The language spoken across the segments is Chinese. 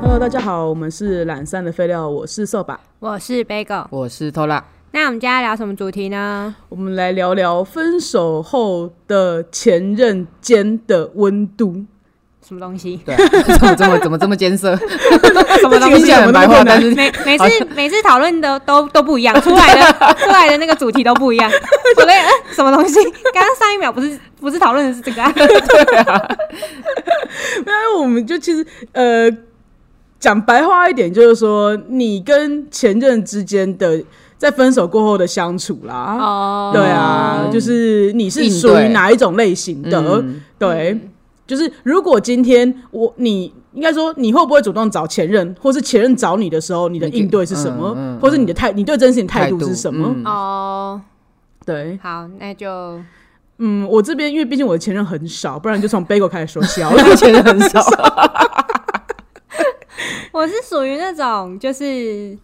Hello，大家好，我们是懒散的废料，我是扫把，我是 Bagel。我是偷拉，那我们今天聊什么主题呢？我们来聊聊分手后的前任间的温度。 什么东西？对、啊，怎么这么怎么这么艰涩？什么听起来很白话，但是 每每次每次讨论的都都不一样，出来 的出来的那个主题都不一样。我的、呃、什么东西？刚刚上一秒不是不是讨论的是这个、啊？那哎我们就其实呃，讲白话一点，就是说你跟前任之间的在分手过后的相处啦。 哦对啊，就是你是属于应对哪一种类型的？嗯对，就是如果今天我你应该说你会不会主动找前任，或是前任找你的时候，你的你就应对是什么，嗯嗯嗯或是你的态你对这件事情态度是什么？ 嗯哦，对，好，那就嗯，我这边因为毕竟我的前任很少，不然就从 Bagel 开始说起 好了。钱很少，我是属于那种就是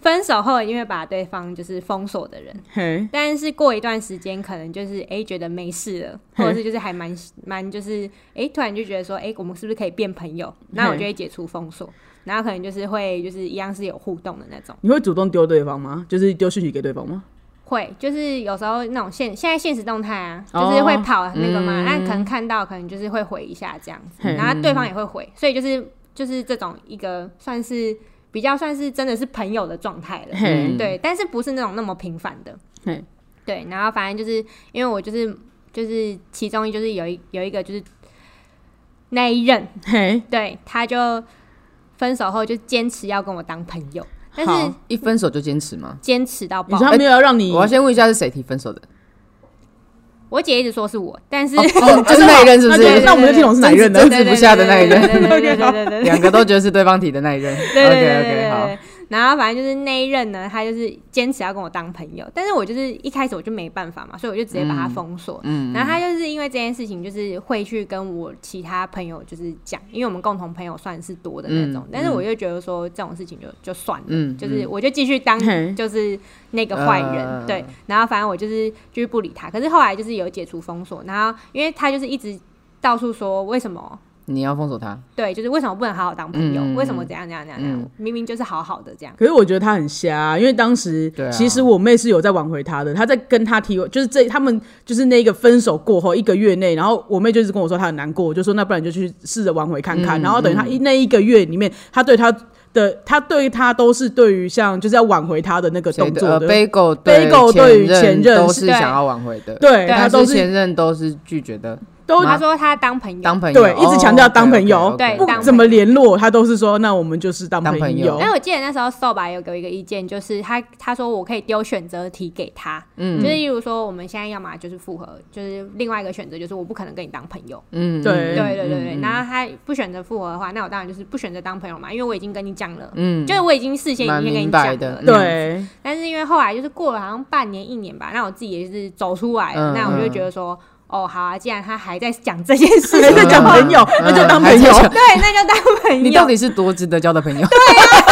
分手后因为把对方就是封锁的人，嘿，但是过一段时间可能就是哎、觉得没事了，嘿或者是就是还蛮蛮就是哎、突然就觉得说哎、我们是不是可以变朋友？那我嘿就会解除封锁，然后可能就是会就是一样是有互动的那种。你会主动丢对方吗？就是丢讯息给对方吗？会，就是有时候那种现现在现实动态啊，哦就是会跑那个嘛，嗯那、可能看到，可能就是会回一下这样子，嘿然后对方也会回，所以就是就是这种一个算是比较算是真的是朋友的状态了，嘿，嗯对，但是不是那种那么频繁的嘿，对，然后反正就是因为我就是就是其中就是有一有一个就是那一任，嘿，对，他就分手后就坚持要跟我当朋友，但是好嗯一分手就坚持吗？坚持到你爆说，他没有要让你，哎我要先问一下是谁提分手的？我姐一直说是我，但是、哦，就是那一任是不那就那是？我们就听懂是哪一任的争。执不下的那一任，对对对对对对对两个都觉得是对方提的那一任。 对 OK 对 OK，好对。然后反正就是那一任呢，他就是坚持要跟我当朋友，但是我就是一开始我就没办法嘛，所以我就直接把他封锁。嗯然后他就是因为这件事情，就是会去跟我其他朋友就是讲，因为我们共同朋友算是多的那种，嗯但是我就觉得说这种事情就就算了，嗯就是我就继续当嘿就是那个坏人，呃对。然后反正我就是就是不理他，可是后来就是有解除封锁，然后因为他就是一直到处说为什么你要封锁他，对，就是为什么不能好好当朋友？嗯为什么怎样怎样怎样？怎样？明明就是好好的这样。可是我觉得他很瞎、因为当时对啊其实我妹是有在挽回他的，她在跟他提，就是这他们就是那个分手过后一个月内，然后我妹就一直跟我说她很难过，我就说那不然你就去试着挽回看看。嗯然后等于她一那一个月里面，她对他的，她对他都是对于像就是要挽回他的那个谁动的作呃的， ，Bagel Bagel 对于前任都是是对想要挽回的，对但他是都是前任都是拒绝的，都他说他当朋友，当朋友哦对一直强调当朋友嗯对不当怎么联络，她都是说那我们就是当当朋友但我记得那时候瘦吧有给我一个意见，就是他他说我可以丢选择题给他，嗯就是例如说我们现在要么就是复合，就是另外一个选择就是我不可能跟你当朋友，嗯，对对对对对。嗯然后他不选择复合的话，那我当然就是不选择当朋友嘛，因为我已经跟你讲了，嗯，就是我已经事先蛮已经跟你明讲白了，的这样子嗯对，但是因为后来就是过了好像半年一年吧，那我自己也是走出来了，嗯那我就觉得说，哦，好啊，既然他还在讲这件事还情在的讲话，朋友，那就当朋友嗯 还。在对，那就当朋友。你到底是多值得交的朋友？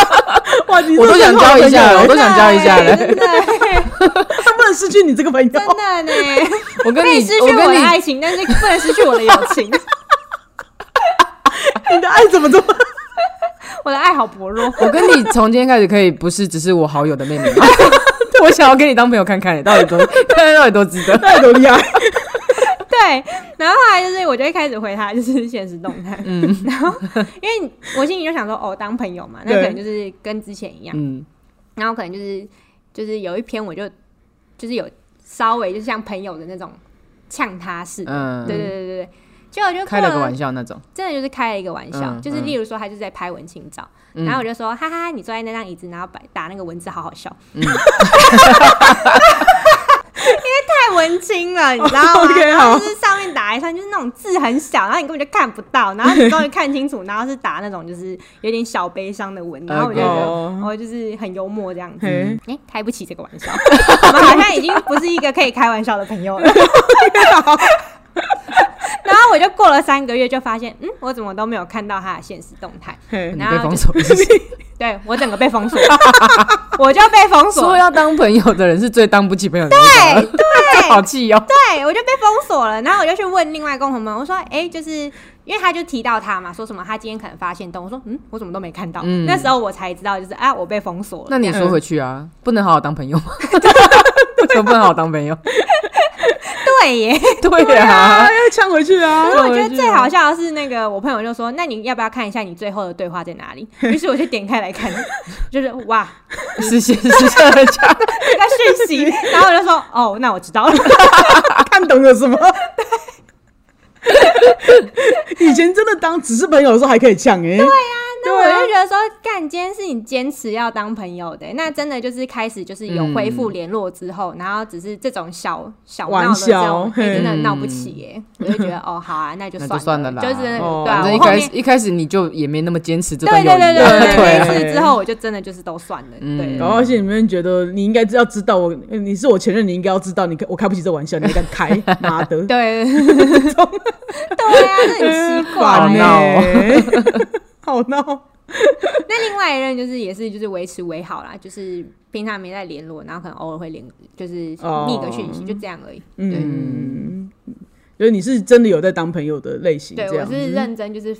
哇，你真我的都想很好交一下朋友了，我都想交一下了。真的他不能失去你这个朋友。真的呢， 我跟可以你失，我去我跟的你，爱情，但是不能失去我的友情。 你的爱怎么这么？我的爱好薄弱。我跟你从今天开始可以不是只是我好友的妹妹 吗？ 我想要跟你当朋友看看，到底多， 看看到底多值得。那有多厉害？对，然后后来就是我就会开始回他，就是现实动态。嗯， 然后因为我心里就想说，哦，当朋友嘛，那对可能就是跟之前一样。 嗯，然后可能就是就是有一篇我就就是有稍微就像朋友的那种呛他式，嗯对对对对对，结果就开了个玩笑，笑那种，真的就是开了一个玩笑，嗯就是嗯例如说他就是在拍文青照，嗯然后我就说哈哈，你坐在那张椅子，然后摆打那个文字，好好笑，嗯 因为太文青了，你知道吗 OK，好就是上面打一串，就是那种字很小，然后你根本就看不到，然后你终于看清楚，然后是打那种就是有点小悲伤的文，然后我就觉得 OK 哦，就是很幽默这样子。嘿哎、开不起这个玩笑， 我们好像已经不是一个可以开玩笑的朋友了。 然后我就过了三个月，就发现，嗯，我怎么都没有看到他的现实动态，嘿你然被后封就锁。 对我整个被封锁， 我就被封锁说了，要当朋友的人是最当不起朋友的那对 种，这好气哦。对我就被封锁了。然后我就去问另外共同朋友，我说，哎、就是因为他就提到他嘛，说什么他今天可能发现洞，我说嗯，我怎么都没看到，嗯那时候我才知道就是啊，我被封锁了。那你也说回去啊，不能好好当朋友 吗？ 为什么不能好好当朋友？ 对耶， 对啊，啊，要呛回去啊！ 所以我觉得最好笑的是那个我朋友就说，那你要不要看一下你最后的对话在 哪里？于是我就点开来看，就是哇，是谢是谢 人家，这个讯息，然后我就说哦，那我知道了。看啊懂了什么？ 以前真的当只是朋友的时候还可以呛哎、对呀、那我就觉得说，干，今天是你坚持要当朋友的，那真的就是开始就是有恢复联络之后，然后只是这种小小闹的这嗯玩笑种，嘿嗯哎真的闹不起耶，我就觉 得哦，好啊，那就那算就算了啦。就是对哦啊，反正我一后开面始一开始你就也没那么坚持这段对友谊对啊，对对对那一次之后我就真的就是都算了，嗯对。哦然后心里面觉得你应该要知道我，你是我前任，你应该要知道你我开不起这玩笑，你还敢 开？妈的， 对， 对啊，这很奇好怪烦耶。啊闹，欸哦 好闹。那另外一任就是也是就是维持为好啦，就是平常没在联络，然后可能偶尔会联，就是哦密个讯息，就这样而已。嗯，就是你是真的有在当朋友的类型，对，这我样是认真，就是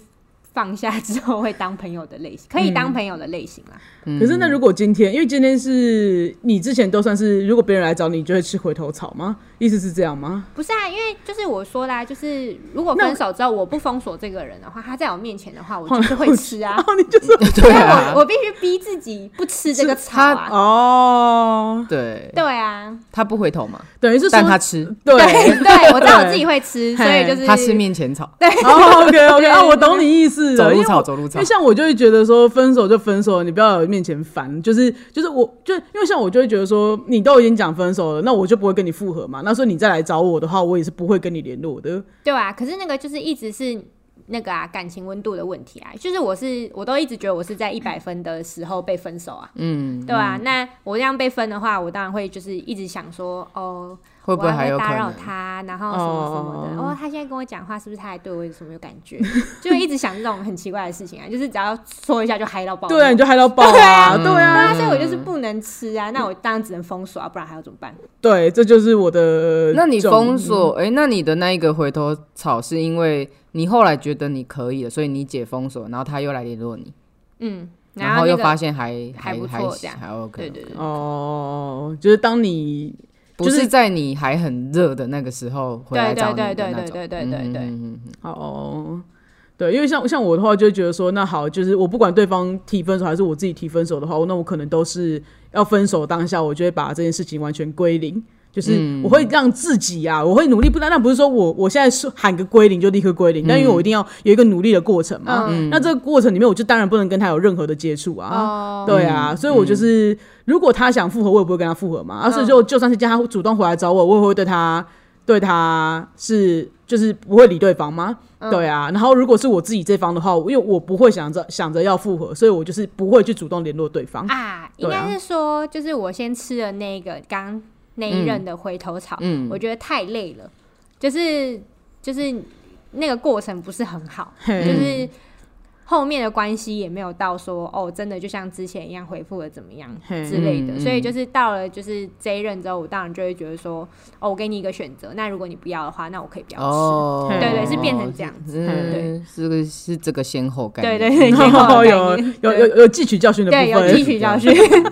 放下之后会当朋友的类型，可以当朋友的类型啦。嗯可是那如果今天，因为今天是你之前都算是，如果别人来找你，你就会吃回头草吗？意思是这样吗？不是啊，因为就是我说啦，就是如果分手之后我不封锁这个人的话，他在我面前的话，我就是会吃啊然。后你就说 对但我啊，我必须逼自己不吃这个草啊。 哦，对，对啊，他不回头嘛，等于是说但他吃， 对对对，我知道我自己会吃，所以哎嘿就是他吃面前草，哦，OK OK，啊，我懂你意哎思走了，因路为草我走路因草为，像我就会觉得说，分手就分手，你不要有面前烦，就是就是我就因为像我就会觉得说，你都已经讲分手了，那我就不会跟你复合嘛。那所以你再来找我的话，我也是不会跟你联络的。对啊，可是那个就是一直是那个啊感情温度的问题啊，就是我是我都一直觉得我是在一百分的时候被分手啊，嗯，对啊，那我这样被分的话，我当然会就是一直想说，哦，会不会我要还有可打扰能？他，然后什么什么的，哦哦，他现在跟我讲话，是不是他还对我有什么有感觉？就会一直想这种很奇怪的事情啊，就是只要说一下就嗨到爆那种。对啊，嗯你就嗨到爆啊，对对啊，啊，所以我就是不能吃啊，那我当然只能封锁啊，不然还要怎么办？对，这就是我的。那你封锁，哎、那你的那一个回头草是因为你后来觉得你可以了，所以你解封锁，然后他又来联络你，嗯，然后后那又个发现还还不还错这样还 OK，对对对，哦，就是当你不就是是在你还很热的那个时候回来对找对你的那对种，对对对对对对，嗯嗯嗯哦，对，因为像像我的话，就会觉得说，那好，就是我不管对方提分手还是我自己提分手的话，那我可能都是要分手当下，我就会把这件事情完全归零。就是我会让自己啊，我会努力，不然那不是说我我现在是喊个归零就立刻归零，但因为我一定要有一个努力的过程嗯嘛。嗯那这个过程里面，我就当然不能跟他有任何的接触啊。哦，对啊，所以我就是，如果他想复合，我也不会跟他复合嘛。啊，所以就就算是叫他主动回来找我，我也会对他对他是就是不会理对方吗？对啊，然后如果是我自己这方的话，我因为我不会想着想着要复合，所以我就是不会去主动联络对方。啊，应对啊该是说，就是我先吃了那个刚那嗯一任的回头草，我觉得太累了，就是就是那个过程不是很好，嘿就是后面的关系也没有到说哦，真的就像之前一样回复的怎么样嘿之类的，嗯所以就是到了就是这一任之后，我当然就会觉得说，哦，我给你一个选择，那如果你不要的话，那我可以不要吃，哦，对对对，是变成这样子，对嗯，是个是这个先后概对念，对对，先后后的概有念有对有有汲取教训的部对有分吸，取教训，对，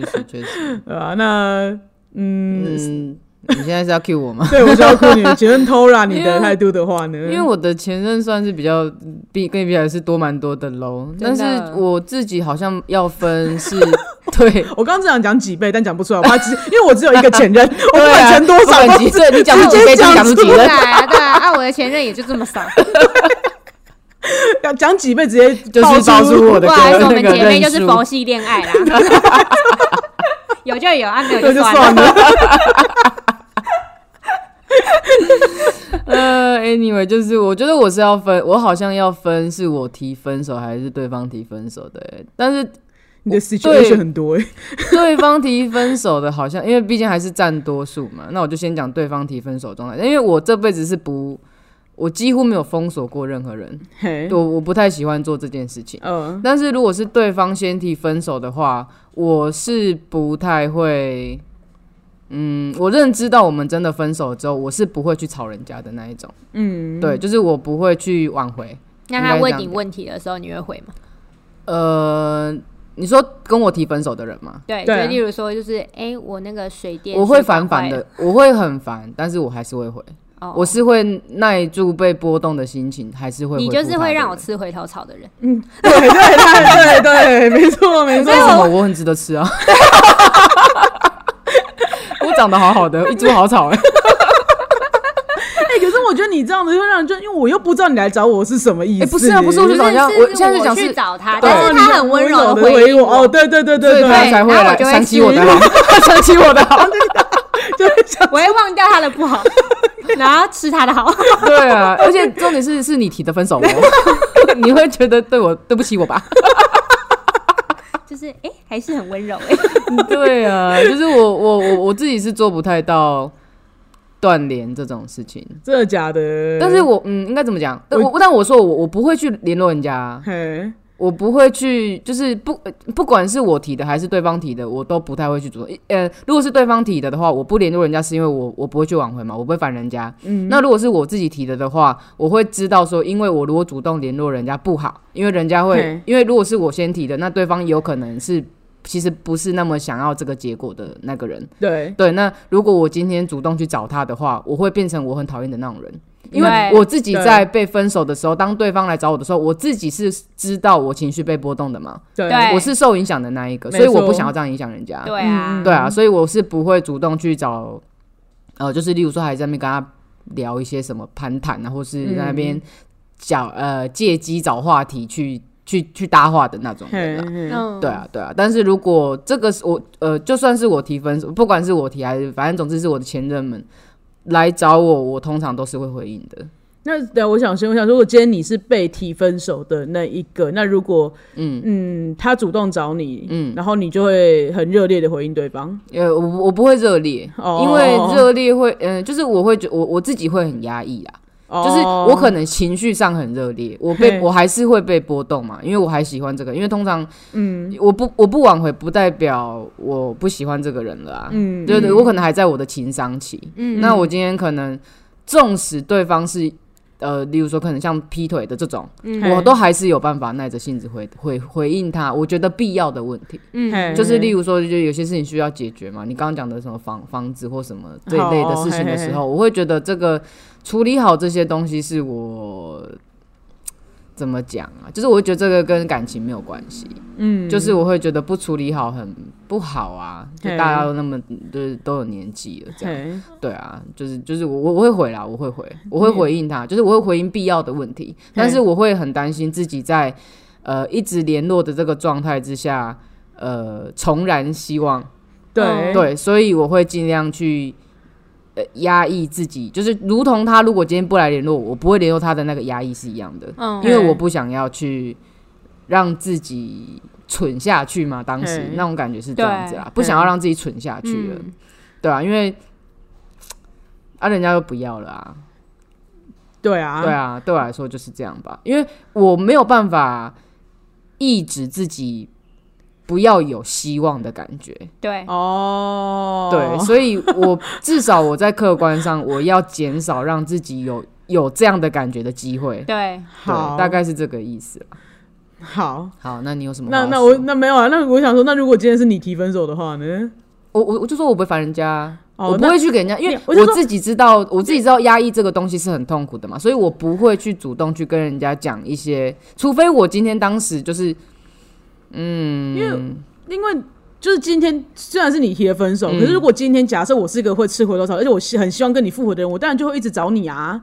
确实确实，对啊，那 嗯，嗯，你现在是要 cue 我吗？对我就要哭你，请问偷懒你因为的态度的话呢？因为我的前任算是比较比跟你比起来是多蛮多的喽，但真的是我自己好像要分 是对。我刚刚只想讲几倍，但讲不出来，我怕只因为我只有一个前任，我不对啊管成多不少管都几岁，你讲出直几接倍就讲讲出出几对任，啊对啊，啊我的前任也就这么少。 讲讲几倍直接就是爆爆 出我的不好意思，我那们个姐妹就认是数。佛系恋爱啦，有就有，啊没有那就就算算了。了。 呃，anyway，就是我觉得我是要分，我好像要分是我提分手还是对方提分手的欸、但是你的 situation 很多哎、对方提分手的，好像因为毕竟还是占多数嘛。 那我就先讲对方提分手状态，因为我这辈子是不，我几乎没有封锁过任何人， 嘿，我我不太喜欢做这件事情。嗯，但是如果是对方先提分手的话，我是不太会嗯，我认知到我们真的分手之后，我是不会去吵人家的那一种。嗯，对，就是我不会去挽回。那他问你问题的时候，你会回吗？呃，你说跟我提分手的人吗？对，对啊就例如说，就是哎、我那个水电我会水管烦烦坏了，的，我会很烦，但是我还是会回。哦我是会耐住被波动的心情，还是会回你复他的就人。是会让我吃回头草的人。对对对对对， 没错没为错。什么我很值得吃啊？ 我长得好好的，一株好草哎、哎、可是我觉得你这样子会让人就，因为我又不知道你来找我是什么意思、哎不是啊不是我不就是想要是我现在是我想去是找他，对但是他很温柔的的回应哦，，对对对对所以他对，才会然后来我就会想起我的好， 想起我的好。就会想 我会忘掉他的不 好，然后吃他的好。对啊，而且重点是是你提的分 手哦，你会觉得对我对不起我吧？就是哎、诶还是很温柔哎、 对啊，就是我我我我自己是做不太到断联这种事情，真的假的？但是我嗯应该怎么讲？但我我但我说我我不会去联络人家啊，嘿，我不会去，就是不不管是我提的还是对方提的，我都不太会去主动。一呃，如果是对方提的的话，我不联络人家是因为我我不会去挽回嘛，我不会烦人家。嗯，那如果是我自己提的的话，我会知道说，因为我如果主动联络人家不好，因为人家会嘿，因为如果是我先提的，那对方有可能是其实不是那么想要这个结果的那个人。对，对，那如果我今天主动去找他的话，我会变成我很讨厌的那种人，因为对我自己在被分手的时候，当对方来找我的时候，我自己是知道我情绪被波动的嘛，对对我是受影响的那一个，没所以我不错想要这样影响人家。对啊，对啊，所以我是不会主动去找，呃，就是例如说还在那边跟他聊一些什么攀谈啊，或是在那嗯边找、呃借机找话题去去去搭话的那种人嘿啊。嘿嗯，对啊，对啊，但是如果这个是我呃，就算是我提分手，不管是我提还是反正总之是我的前任们来找我，我通常都是会回应的。那对啊，我想先，我想说，如果今天你是被提分手的那一个，那如果嗯嗯，他主动找你，嗯，然后你就会很热烈的回应对方，呃，我我不会热烈，哦因为热烈会，嗯、就是我会觉我我自己会很压抑啦，就是哦我可能情绪上很热烈，我被嘿我还是会被波动嘛，因为我还喜欢这个，因为通常嗯，我不我不挽回不代表我不喜欢这个人了啊，嗯，对对，我可能还在我的情伤期，嗯，那我今天可能纵使对方是。呃，例如说，可能像劈腿的这种，我都还是有办法耐着性子回回回应他，我觉得必要的问题。嘿嗯就是例如说，就有些事情需要解决嘛，你刚刚讲的什么房房子或什么这一类的事情的时候，我会觉得这个处理好这些东西是我怎么讲啊？就是我会觉得这个跟感情没有关系，嗯，就是我会觉得不处理好很不好啊，就嘿大家都那么就是都有年纪了这样，嘿对啊，就是就是我我我会回啦，我会回，我会回应他，嗯就是我会回应必要的问题，但是我会很担心自己在呃一直联络的这个状态之下，呃重燃希望，对哦对，所以我会尽量去呃压抑自己，就是如同他如果今天不来联络我，我不会联络他的那个压抑是一样的，嗯因为我不想要去让自己蠢下去嘛，当时嘿那种感觉是这样子啦对，不想要让自己蠢下去了。嗯，对啊，因为啊，人家又不要了啊。对啊对啊，对我来说就是这样吧，因为我没有办法抑制自己不要有希望的感觉。对，哦，对，所以我至少我在客观上，我要减少让自己有有这样的感觉的机会。对，好，对大概是这个意思啦。好。嗯好，那你有什么话那要那说我那没有啊，那我想说，那如果今天是你提分手的话呢？我我我就说我不会烦人家啊，哦我不那会去给人家，因为我就我说自己知道，我自己知道压抑这个东西是很痛苦的嘛，所以我不会去主动去跟人家讲一些，除非我今天当时就是，嗯，因为因为就是今天虽然是你提的分嗯手，可是如果今天假设我是一个会吃回头草，而且我希很希望跟你复合的人，我当然就会一直找你啊。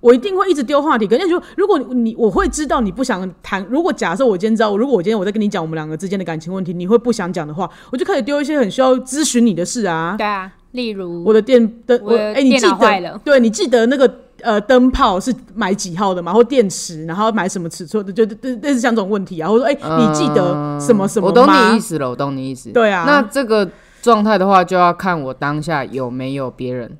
我一定会一直丢话题，可是就如果你我会知道你不想谈，如果假设我今天知道，如果我今天我在跟你讲我们两个之间的感情问题，你会不想讲的话，我就开始丢一些很需要咨询你的事啊。对啊，例如我的电灯，我我的哎、你电记脑坏得了，对你记得那个呃灯泡是买几号的吗？或电池，然后买什么尺寸的，就就类似像这种问题啊。或者说，哎、你记嗯得什么什么呃我懂吗你意思了，我懂你意思。对啊那这个状态的话，就要看我当下有没有别人，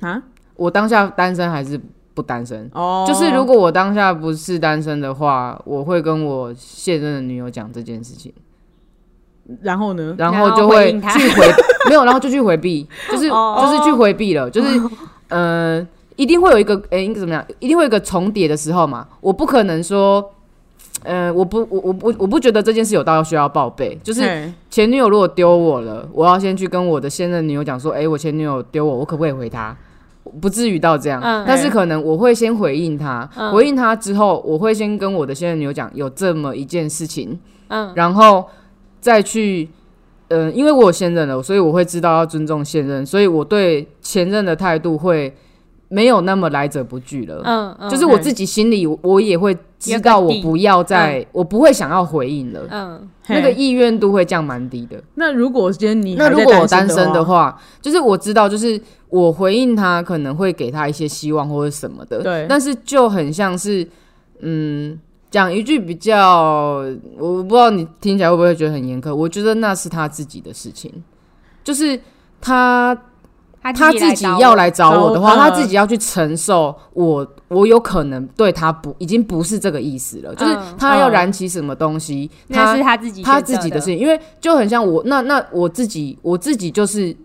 啊？我当下单身还是不单身。哦，就是如果我当下不是单身的话，我会跟我现任的女友讲这件事情。然后呢？然然后后就回会应他去回没有，然后就去回避，就是哦就是去回避了，就是呃，一定会有一个诶，应该怎么样？一定会有一个重叠的时候嘛。我不可能说，呃，我不我我不我不觉得这件事有到需要报备，就是嘿前女友如果丢我了，我要先去跟我的现任女友讲说，诶，我前女友丢我，我可不可以回她？不至于到这样，嗯但是可能我会先回应她，回应她之后，我会先跟我的现任女友讲有这么一件事情，嗯然后再去，嗯、因为我有现任了，所以我会知道要尊重现任，所以我对前任的态度会没有那么来者不拒了。嗯嗯，就是我自己心里，我也会知道，我不要再，我不会想要回应了，嗯嘿那个意愿度会降蛮低的。那如果今天你那还如在果我单单身的的，话，就是我知道，就是我回应他可能会给他一些希望或者什么的，对但是就很像是，嗯，讲一句比较，我不知道你听起来会不会觉得很严苛，我觉得那是他自己的事情，就是他他自己要来找我的找话，我他自己要去承受我，我有可能对他不已经不是这个意思了，就是嗯他要嗯燃起什么东西，他那是他自己他选自择己的事情，因为就很像我那那我自己我自己就是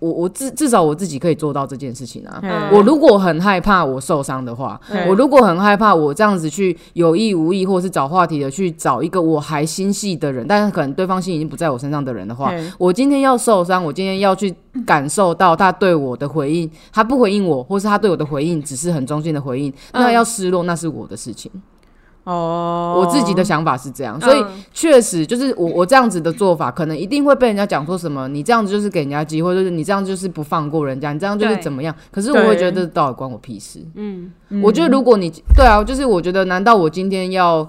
我我至至少我自己可以做到这件事情啊。嘿嗯我如果很害怕我受伤的话，嘿我如果很害怕我这样子去有意无意或是找话题的去找一个我还心细的人，但是可能对方心已经不在我身上的人的话，嘿我今天要受伤，我今天要去感受到他对我的回应，他不回应我，或是他对我的回应只是很中性的回应，那嗯要失落那是我的事情。哦，我自己的想法是这样，所以嗯确实就是我我这样子的做法，可能一定会被人家讲说什么，你这样子就是给人家机会，就是你这样就是不放过人家，你这样就是对怎么样？可是我会对觉得这到底关我屁事？嗯我觉得如果你对啊，就是我觉得难道我今天要？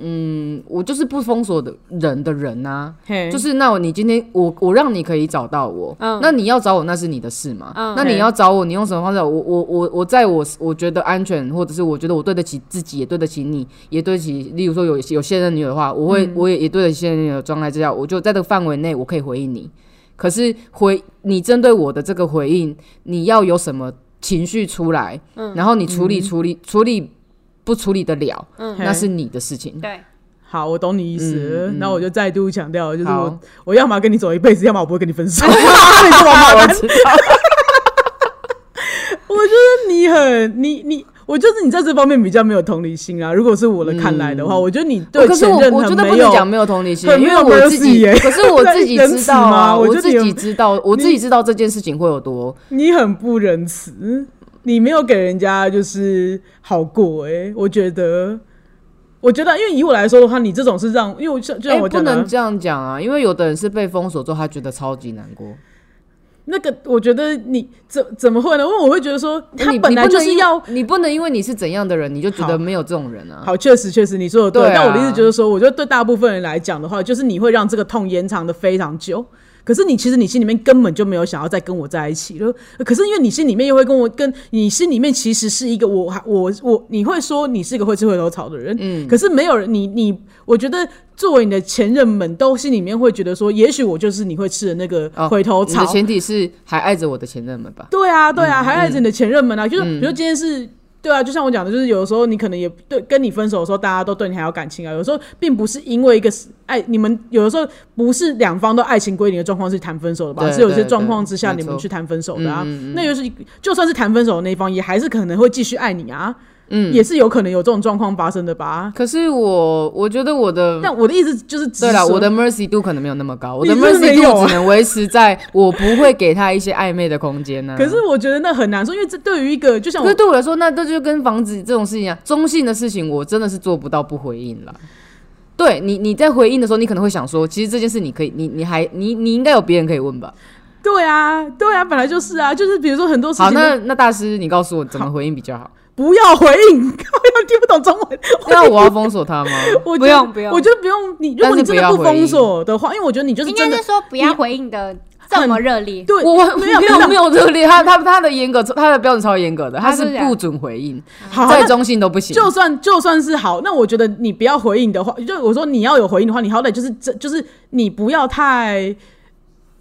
嗯，我就是不封锁的人的人啊，嘿就是那我你今天我我让你可以找到我，嗯那你要找我那是你的事嘛，嗯那你对要找我，你用什么方式？我我我我在我我觉得安全，或者是我觉得我对得起自己，也对得起你，也对得起，例如说有有现任女友的话，我会、嗯我也也对得起现任女友的状态之下，我就在这个范围内我可以回应你。可是回你针对我的这个回应，你要有什么情绪出来，嗯然后你处理处理、处理不处理得了，嗯，嘿那是你的 事情。对，好，我懂你意思嗯嗯。那我就再度强调，就是好我我要么跟你走一辈子，要么我不会跟你分 手。所以这么麻烦我觉得你很你你。我就是你在这方面比较没有同理心啊。如果是我的看来的话，我觉得你对嗯哦可是前我任我觉很得没不能有讲没有同理心，很因没为有我自 mercy 己，耶可是 我自己仁知慈道啊，吗我我觉得自你己知道，我你自己知道这件事情会有多，你很不仁慈，你没有给人家就是好过哎、我觉得，我觉得，因为以我来说的话，你这种是让，因为我像就像哎，我不讲的啊、能这样讲啊，因为有的人是被封锁之后，他觉得超级难过，那个，我觉得你怎怎么会呢？因为我会觉得说，他哎你你本来不就能是因要。你不能因为你是怎样的人，你就觉得好没有这种人啊，好，确实确实你说的对，对啊但我的意思就是说，我觉得对大部分人来讲的话，就是你会让这个痛延长的非常久。可是你其实你心里面根本就没有想要再跟我在一起了，可是因为你心里面又会跟我跟你心里面其实是一个我我我你会说你是一个会吃回头草的人，嗯，可是没有人你你我觉得作为你的前任们都心里面会觉得说，也许我就是你会吃的那个哦回头你草，的前提是还爱着我的前任们吧，对啊，对嗯啊，还爱着你的前任们啊，就是比如说今天是。对啊，就像我讲的，就是有的时候你可能也对跟你分手的时候，大家都对你还有感情啊。有时候并不是因为一个爱，你们有的时候不是两方都爱情归零的状况是谈分手的吧？对是有些对对状况之下你没们错嗯去谈分手的啊。那就是就算是谈分手的那一方，也还是可能会继续爱你啊。嗯，也是有可能有这种状况发生的吧。可是我我觉得我的。但我的意思就是只嗯对是了，说我的 mercy 度可能没有那么高，我的你是 mercy 没有啊度只能维持在我不会给他一些暧昧的空间呢、啊 可是我觉得那很难说，因为这对于一个就像可我是对我来说，那这就跟房子这种事情啊，中性的事情，我真的是做不到不回应了。对你，你在回应的时候，你可能会想说，其实这件事你可以，你你还你你应该有别人可以问吧？对啊，对啊，本来就是啊，就是比如说很多事好，情都那那大师，你告诉我怎么回应比较好？不要回应， 我要听不懂中文。那我要封锁他吗？我觉不得用不用我觉得不用你。如但果是你真不的要不回封应锁的话，因为我觉得你就是应该真的是说不要回应的这么热烈，对，我没有没没有有没有热烈，他他他的严格，他的标准超严格的，他他是是这样不准回应，好再那中性都不行。就算就算是好，那我觉得你不要回应的话，就我说你要有回应的话，你好歹就是这就是你不要太，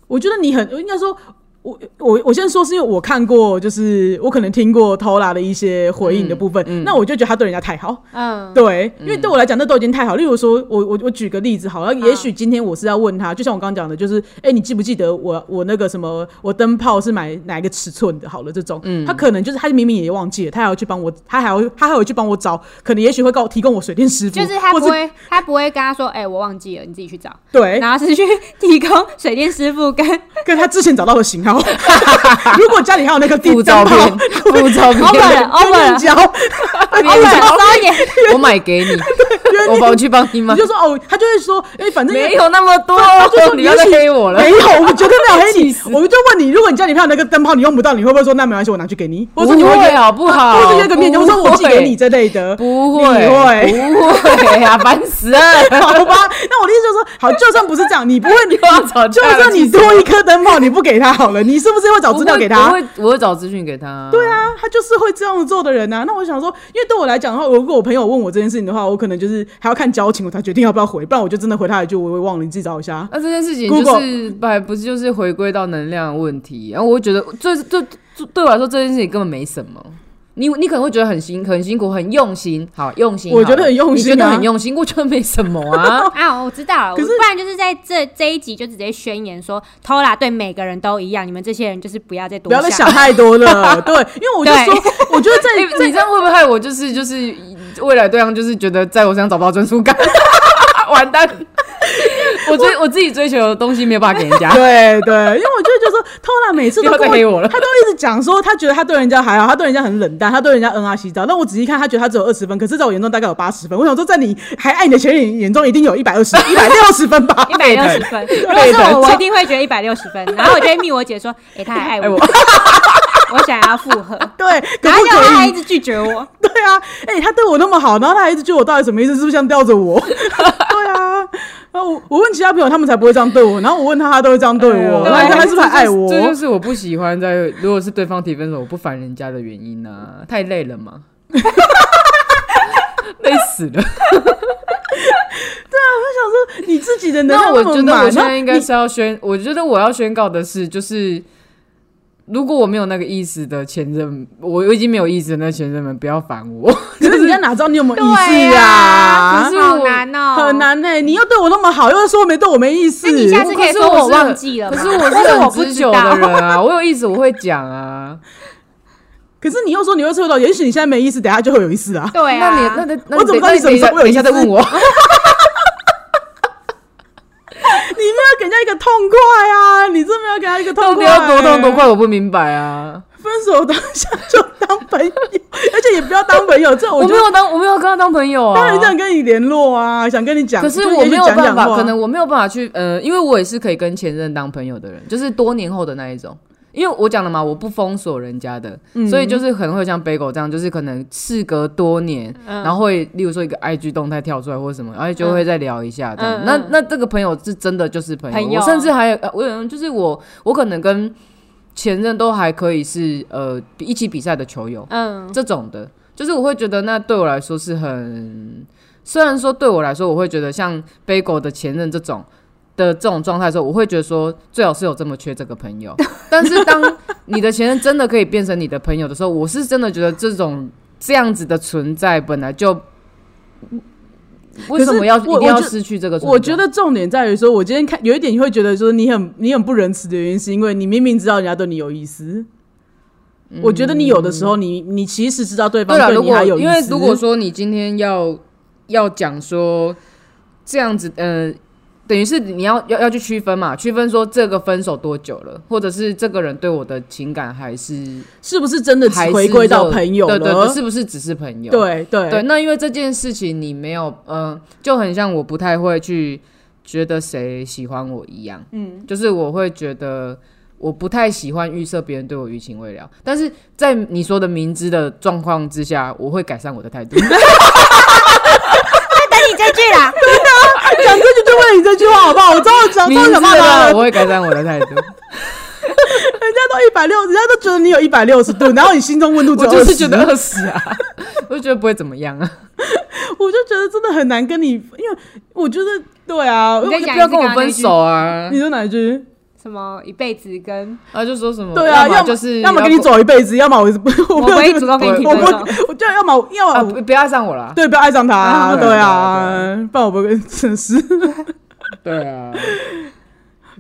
我觉得你很应该说。我我我先说是因为我看过，就是我可能听过 Tola 的一些回应的部分，那我就觉得他对人家太好，嗯，对，因为对我来讲那都已经太好。例如说，我我我举个例子好了，也许今天我是要问他，就像我刚刚讲的，就是哎、你记不记得我我那个什么，我灯泡是买哪一个尺寸的？好了，这种，嗯他可能就是他明明也忘记了，他还要去帮我，他还要他还要去帮我找，可能也许会告提供我水电师傅，就是他或哎不者会，他不会跟他说，哎、我忘记了，你自己去找。对，然后是去提供水电师傅跟跟他之前找到的型 号。 如果家里还有那个地附照片，附照 Over 片，了 over 了胶，我们收一点，。我买给你，我帮我去帮你买 你，就说哦，他就会说，哎，反正也没有那么多他就说，哦你不要再也许黑我了没。有，我们绝对没有 黑气你死。我们就问你，如果你家里面有那个灯泡，你用不到，你会不会说那没关系，我拿去给你？或者不你会会好不好？或者约个面交，我说我寄给你不会，之类的，不你会，会。不会呀，烦死了！好吧，那我的意思就是说，好，就算不是这样，你不会，你又要吵架就算你多一颗灯泡，你不给他好了，你是不是 会找资料给他？我会，我会我会找资讯给他。对对，啊，他就是会这样做的人啊。那我想说，因为对我来讲的话，如果我朋友问我这件事情的话，我可能就是还要看交情，我才决定要不要回，不然我就真的回他一句，我会忘了，你自己找一下。那这件事情就 Google 是还不是就是回归到能量的问题，然后我会觉得这这这对我来说这件事情根本没什么。你你可能会觉得很辛很辛苦很用心，好用心好我了，觉得很用心啊你觉得很用心，我觉得没什么啊啊，我知道了，我可是不然就是在这这一集就直接宣言说，Tola 对每个人都一样，你们这些人就是不要再多不要再想太多了，对，因为我就说， 我觉得在哎你 你这样会不会害我？就是就是未来对象就是觉得在我身上找不到专属感， 完蛋！ 我追我自己追求的东西没有办法给人家。 对对，因为我就觉得说，偷懒每次都哎不要跟再黑我了他都一直讲说，他觉得他对人家还好，他对人家很冷淡，他对人家恩爱洗澡。但我仔细看，他觉得他只有二十分，可是在我眼中大概有八十分。我想说，在你还爱你的前任眼中，一定有一百二 十、一百六十分吧？一百六十分。如果是我，我一定会觉得一百六十分，然后我就会密我姐说，哎、他还爱我， 我想要复合，对，可然后不结果他可还以一？直拒绝我。对啊，哎、他对我那么好，然后他还一直觉得我到底什么意思？是不是想吊着我？ 对啊。然后我我问其他朋友，他们才不会这样对我。然后我问他，他都会这样对我。对然后哦你知道他是不是还爱我？这就是我不喜欢在如果是对方提分手，我不烦人家的原因啊，太累了嘛， 累死了。你自己的能那量我么觉得我满现在那应该你是要宣，我觉得我要宣告的是，就是如果我没有那个意思的前任，我我已经没有意思的那前任们，不要烦我。可是人家哪知道你有没有意对思啊可是好我难哦、很。难呢、你又对我那么好，又说没对我没意思。那你下次我可以是说我我是忘记了可嘛，是我或是者很我不知知酒道的人啊，我有意思我会讲啊。可是你又说你会抽到，也许你现在没意思，等下就会有意思 啊。对啊，那你那那我怎么那知道你什么时候会有等一下再意思问我？你没有给人家一个痛快啊！你真没有给他一个痛 到快、底欸，要多痛多快？我不明白啊！分手当下就当朋友， 而且也不要当朋友，这我我没就有当，我没有跟他当朋友啊。当然想跟你联络啊，想跟你讲，可是就我也许没有讲办讲法，话啊可能我没有办法去，呃，因为我也是可以跟前任当朋友的人，就是多年后的那一种。因为我讲了嘛，我不封锁人家的，嗯所以就是可能会像 Bagel 这样，就是可能事隔多年，嗯然后会例如说一个 IG 动态跳出来或者什么，然后就会再聊一下这样。嗯嗯那嗯那这个朋友是真的就是朋友，朋友我甚至还有呃我有人就是我我可能跟前任都还可以是呃一起比赛的球友，嗯，这种的，就是我会觉得那对我来说是很，虽然说对我来说，我会觉得像 Bagel 的前任这种的这种状态的时候，我会觉得说最好是有这么缺这个 朋友。但是当你的前任真的可以变成你的朋友的时候，我是真的觉得这种这样子的存在本来就。为什么要一我定要我觉失去这个存在？我觉得重点在于说，我今天看有一点会觉得说你很你很不仁慈的原因，是因为你明明知道人家对你有意思。我觉得你有的时候嗯你，你其实知道对方对啦，啊对如你还果有意思，因为如果说你今天要要讲说这样子，呃，等于是你要要要去区分嘛，区分说这个分手多久了，或者是这个人对我的情感还是是不是真的还是回归到热朋友了？对啊对对，是不是只是朋友？对对对，那因为这件事情你没有，嗯、就很像我不太会去觉得谁喜欢我一样，嗯，就是我会觉得我不太喜欢预设别人对我余情未了，但是在你说的明知的状况之下，我会改善我的态 度。等你这句啦，哎讲这句就为了你这句话好不好？我真的讲，明真知的想骂他的了。我会改善我的 态度，人家都一百六，人家都觉得你有一百六十 度，然后你心中温度只我有就是20觉得，饿死啊，我就觉得不会怎么 样啊。我就觉得真的很难跟你，因为我觉得对啊，你我再就讲一不次要跟我分手啊你！说哪一句？什么一辈子跟啊，就说什么，对啊，要要么就是要么跟你走一辈子，要么我是不我不我不要会这主个动跟你提我分不手，我就要么要啊，么不不要爱上我啦。对，不要爱上他啊，啊对啊对啊，不然我不会真是对啊，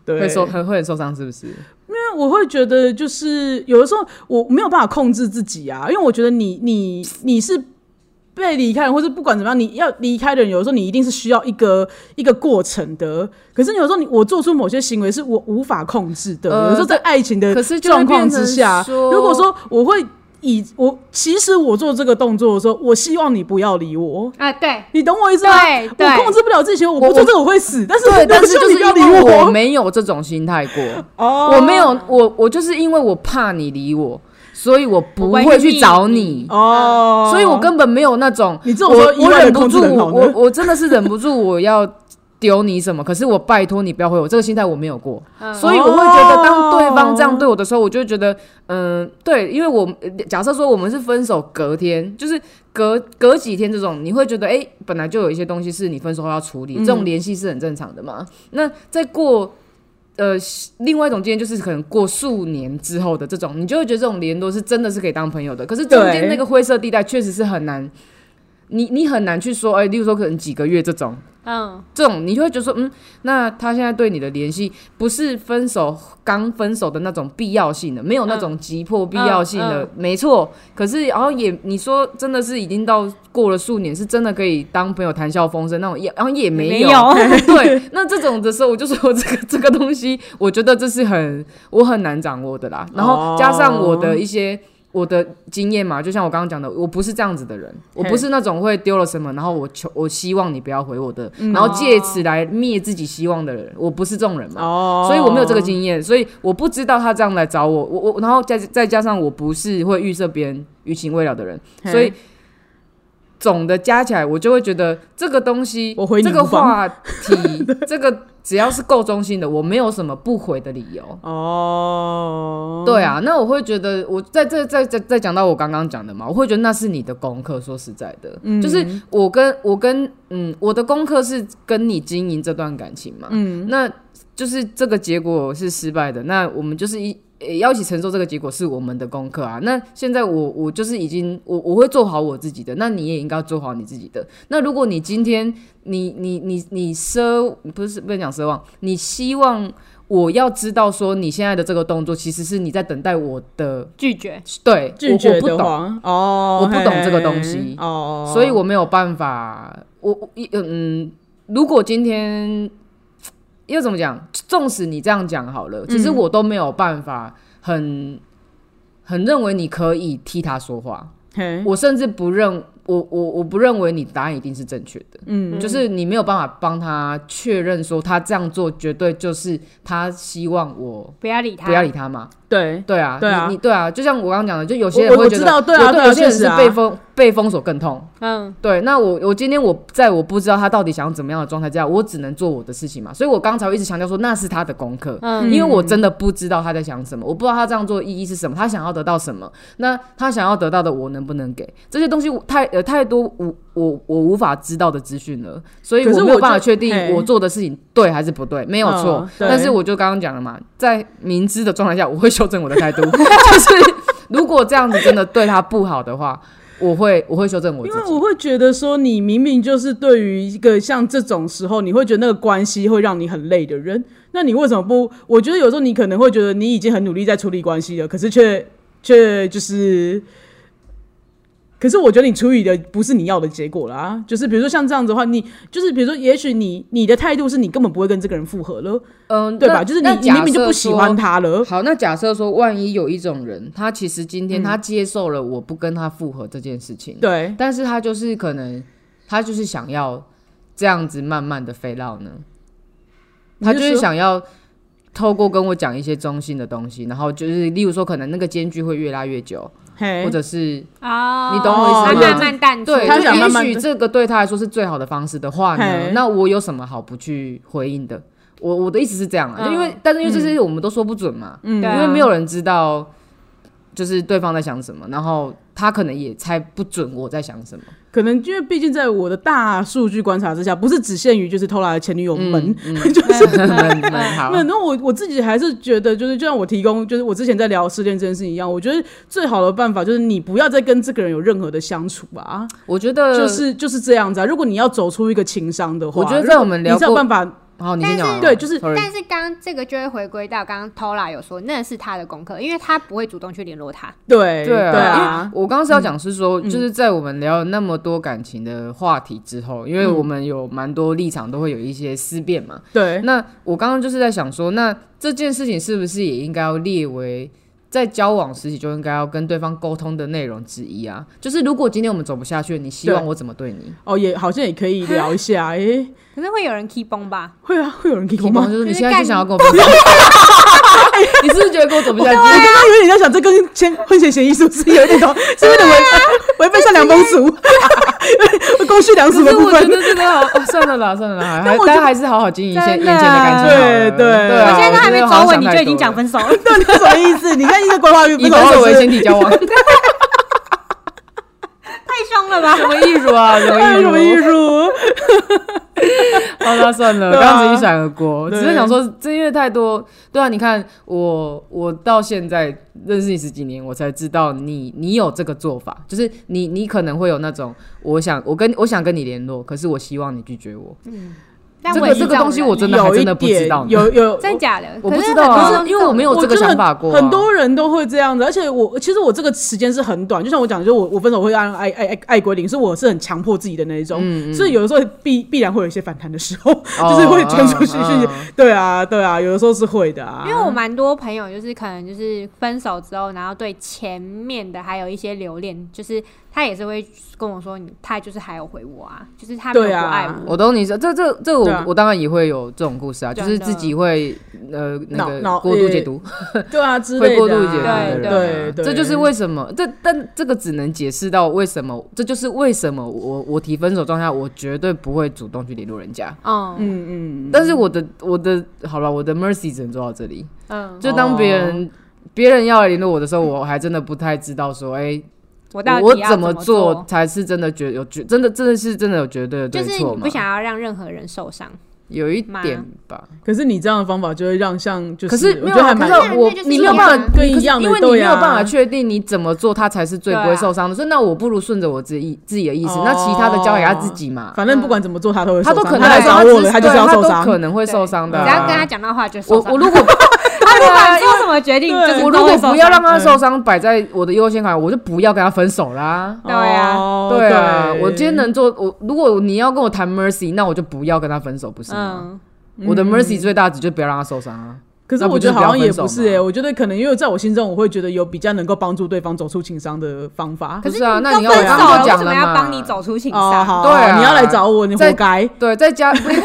对，会受很会很受伤，是不是？因为我会觉得，就是有的时候我没有办法控制自己啊，因为我觉得你你你是被离开的，或是不管怎么样，你要离开的人，有的时候你一定是需要一个一个过程的。可是有时候你我做出某些行为是我无法控制的，呃有时候在爱情的可是就会状况之下，变成说如果说我会以我其实我做这个动作的时候，我希望你不要理我。啊，对，你懂我意思吗？对对我控制不了自己，我不我做这个我会死。但是， 对，但是希望就你 是不要理因为我我没有这种心态过，哦我没有，我我就是因为我怕你理我，所以我不我不会会去去找理你。啊哦，所以我根本没有那种，你这种我说意我外的忍不控制住，很我好呢我我真的是忍不住，我要丢你什么？可是我拜托你不要回我，这个心态我没有过，嗯所以我会觉得当对哦方这样对我的时候，我就会觉得，嗯、对，因为我呃假设说我们是分手隔天，就是隔隔几天这种，你会觉得，哎、本来就有一些东西是你分手后要处理，这种联系是很正常的嘛。那再过。呃，另外一种经验就是可能过数年之后的这种，你就会觉得这种联络是真的是可以当朋友的。可是中间对那个灰色地带确实是很难，你你很难去说，哎、例如说可能几个月这种，嗯，这种你就会觉得说，嗯，那他现在对你的联系不是分手刚分手的那种必要性的，没有那种急迫必要性嗯的，嗯没错。可是然后也你说真的是已经到过了数年，是真的可以当朋友谈笑风生那种，也然后也没有。 对，那这种的时候，我就说这个 这个东西，我觉得这是很我很难掌握的啦。然后加上我的一些。我的经验嘛，就像我刚刚讲的，我不是这样子的人，我不是那种会丢了什么，然后我求我希望你不要回我的，然后借此来灭自己希望的人，我不是这种人嘛。哦，所以我没有这个经验，所以我不知道他这样来找我，我我然后再再加上我不是会预设别人余情未了的人，嘿所以总的加起来，我就会觉得这个东西，我回你这个无妨话题，这个只要是够中性的，我没有什么不回的理由。哦，对啊，那我会觉得，我在这再再再讲到我刚刚讲的嘛，我会觉得那是你的功课。说实在的，就是我跟我跟嗯，我的功课是跟你经营这段感情嘛，嗯，那就是这个结果是失败的，那我们就是一。也要一起承受这个结果是我们的功课啊。那现在我我就是已经我我会做好我自己的，那你也应该做好你自己的。那如果你今天你你你你奢不是不能讲奢望，你希望我要知道说你现在的这个动作其实是你在等待我的， 拒绝，对，我拒绝我不的懂，话，哦，我不懂嘿这个东西哦，所以我没有办法，我我一嗯，如果今天要怎么讲，纵使你这样讲好嗯了，其实我都没有办法很很认为你可以替他说话，嘿我甚至不认我我我不认为你答案一定是正确的，嗯就是你没有办法帮他确认说他这样做绝对就是他希望我不要理他，不要理他嘛，对，对啊，对啊你你对啊，就像我刚刚讲的，就有些我人我会觉得，知道对啊有对啊有些人确实是啊被封、被封锁更痛。嗯，对，那我我今天我在我不知道他到底想要怎么样的状态之下，我只能做我的事情嘛，所以我刚才我一直强调说那是他的功课，嗯因为我真的不知道他在想什么，我不知道他这样做意义是什么，他想要得到什么，那他想要得到的我能不能给这些东西我太呃太多我我我无法知道的资讯了，所以可是我没有我办法就确定嘿我做的事情对还是不对，没有错，嗯对但是我就刚刚讲了嘛，在明知的状态下，我会修正我的态度，就是如果这样子真的对他不好的话。我会我会修正我自因己，为我会觉得说，你明明就是对于一个像这种时候，你会觉得那个关系会让你很累的人，那你为什么不？我觉得有时候你可能会觉得你已经很努力在处理关系了，可是却却就是。可是我觉得你处理的不是你要的结果啦，就是比如说像这样子的话，你就是比如说，也许你你的态度是你根本不会跟这个人复合了，嗯，对那吧？就是你那你假明明就设不喜说欢他了，好，那假设说，万一有一种人，他其实今天他接受了我不跟他复合这件事情，对，但是他就是可能他就是想要这样子慢慢的飞到呢，他就你是说想要透过跟我讲一些中性的东西，然后就是例如说，可能那个间距会越拉越久，嘿或者是哦，你懂我意思吗他慢慢淡出，嗯对，他就想慢慢也许地这个对他来说是最好的方式的话呢嘿，那我有什么好不去回应的？我我的意思是这样啊，就因为嗯嗯但是因为这些我们都说不准嘛，对啊因为没有人知道就是对方在想什么，然后他可能也猜不准我在想什么。 可能因为毕竟在我的大数据观察之下，不是只限于就是偷来的前女友们，嗯 就是蛮 蛮好那。那我我自己还是觉得，就是就像我提供，就是我之前在聊失恋这件事情一样，我觉得最好的办法就是你不要再跟这个人有任何的相处吧。我觉得就是就是这样子啊。如果你要走出一个情商的话，呃我觉得在我们聊你才有办法。好，你先讲完。对，就是， Sorry 但是刚这个就会回归到刚刚 Tola 有说，那是他的功课，因为他不会主动去联络他。对对对啊，嗯因为我刚刚是要讲是说，就是在我们聊了那么多感情的话题之后，嗯因为我们有蛮多立场都会有一些思辨嘛。对，那我刚刚就是在想说，那这件事情是不是也应该要列为在交往时期就应该要跟对方沟通的内容之一啊？就是如果今天我们走不下去，你希望对我怎么对你？哦，也好像也可以聊一下。诶，可是会有人 keep on 吧？会啊， 会有人给我提吗？供就是你就是现在干就想要跟我分手， 你是不是觉得跟我走不下去？啊我刚刚有点在想，这跟签婚前协议是不是有点同，啊是不是有点违违背善良风俗、啊公序良可俗是的部我觉分？得这个好，哦算了啦，算了啦，还我大觉家得还是好好经营一些真眼前的的感情好了。对对对啊，现在都还没走稳，稳，你就已经讲分手了。到底 什么意思？你看一个规划与以不分同手为是前提交往， 什 太凶了吧？么艺术啊？什么哎艺什么艺术？术？ 好啦，哦算了，对刚啊刚只是一闪而过，只对是想说，这因为太多。对啊，你看我，我到现在认识你十几年，我才知道你，你有这个做法，就是你，你可能会有那种，我想，我跟我想跟你联络，可是我希望你拒绝我。但这我个也是这个种东西人我真的还有真一的不知点道呢，有有真假的，我可不是知道很多啊，都因为我没有我这个真的想法过啊、很多人都会这样子，而且我其实我这个时间是很短，就像我讲，就我我分手会按爱爱爱爱归零，是我是很强迫自己的那一种，所以有的时候必必然会有一些反弹的时候，嗯 哦就是会传出去嗯讯息嗯。对啊，对啊，有的时候是会的啊因为。我蛮多朋友就是可能就是分手之后，然后对前面的还有一些留恋，就是他也是会跟我说，你他就是还有回我啊，就是他没有对不啊爱我。我懂你说，这这这我、对啊我当然也会有这种故事啊，就是真的自己会呃那脑脑个过度解读， 对啊，之类会的、啊，过度解对读的对人对啊，这就是为什么这但这个只能解释到为什么，这就是为什么我我提分手状态，我绝对不会主动去联络人家。嗯嗯嗯，但是我的我的好了，我的 mercy 只能做到这里。嗯，就当别人别、人要来联络我的时候，我还真的不太知道说，哎、 我到底我要怎么做？才是真的觉有绝真的真的是真的有绝对的就对是错你嘛？不想要让任何人受伤，有一吗点吧，嗯可是你这样的方法就会让像就是，可是我没觉有得还啊，蛮可是我那就是你一没有样办啊法跟你可一是样的因为你对没有啊办法确定你怎么做他才是最不对会啊受伤的，所以那我不如顺着我自己意自己的意思，那其他的交给他自己嘛，反正不管怎么做，他都会受嗯他伤，都可能哦他来受伤找我只了，是他就是对要受他都可伤。能会受伤的只要啊。跟他讲到话就受我伤。我如 果啊他不管做什么决定，就是我都如会果受不要伤让他受伤，摆在我的优先考量，我就不要跟他分手啦。对啊哦对啊，我今天能做我，如果你要跟我谈 mercy，那我就不要跟他分手，不是吗？嗯，我的 mercy 最大值就不要让他受伤啊。可是那不我觉得就好不要像也分手不是吗哎、我觉得可能因为在我心中，我会觉得有比较能够帮助对方走出情商的方法。可不是啊你那都你要分我手刚刚了，为讲什么了要嘛帮你走出情哦，伤？好，对啊你要来找我，你活在该。对，在家不能